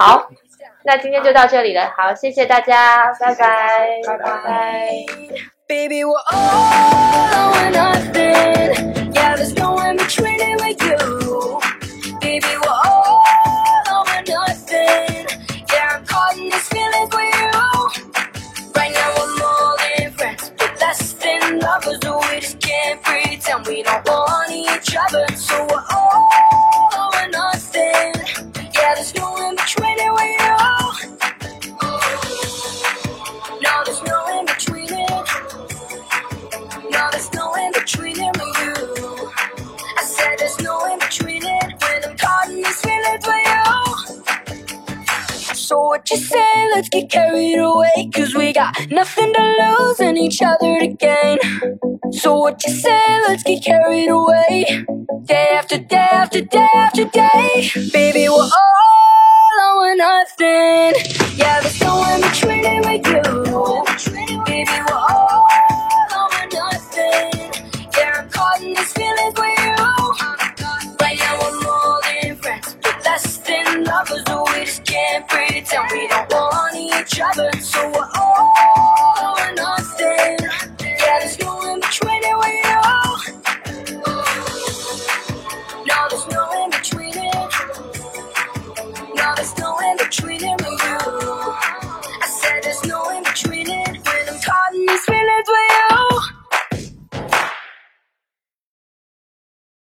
S1: 好，那今天就到这里了，好，谢谢大家，拜拜，
S3: 拜拜
S1: 拜
S5: Baby, we're all or nothing. Yeah, there's no in between it with you. Baby, we're all or nothing. Yeah, I'm caught in these feelings with you. Right now, I'm all in friends, but less than lovers. Do we just can't pretend we don't want each other? So we're all or nothing. Yeah, there's no in between it with you. No, there's no in between it. No, there's no in between it with you. I said there's no in between it when I'm caught in these feelings for you. So what you say? Let's get carried away, cause we got nothing to lose and each other to gain. So what you say? Let's get carried away. Day after day after day after day. Baby, we're all or nothing. Yeah, there's no in between it with you.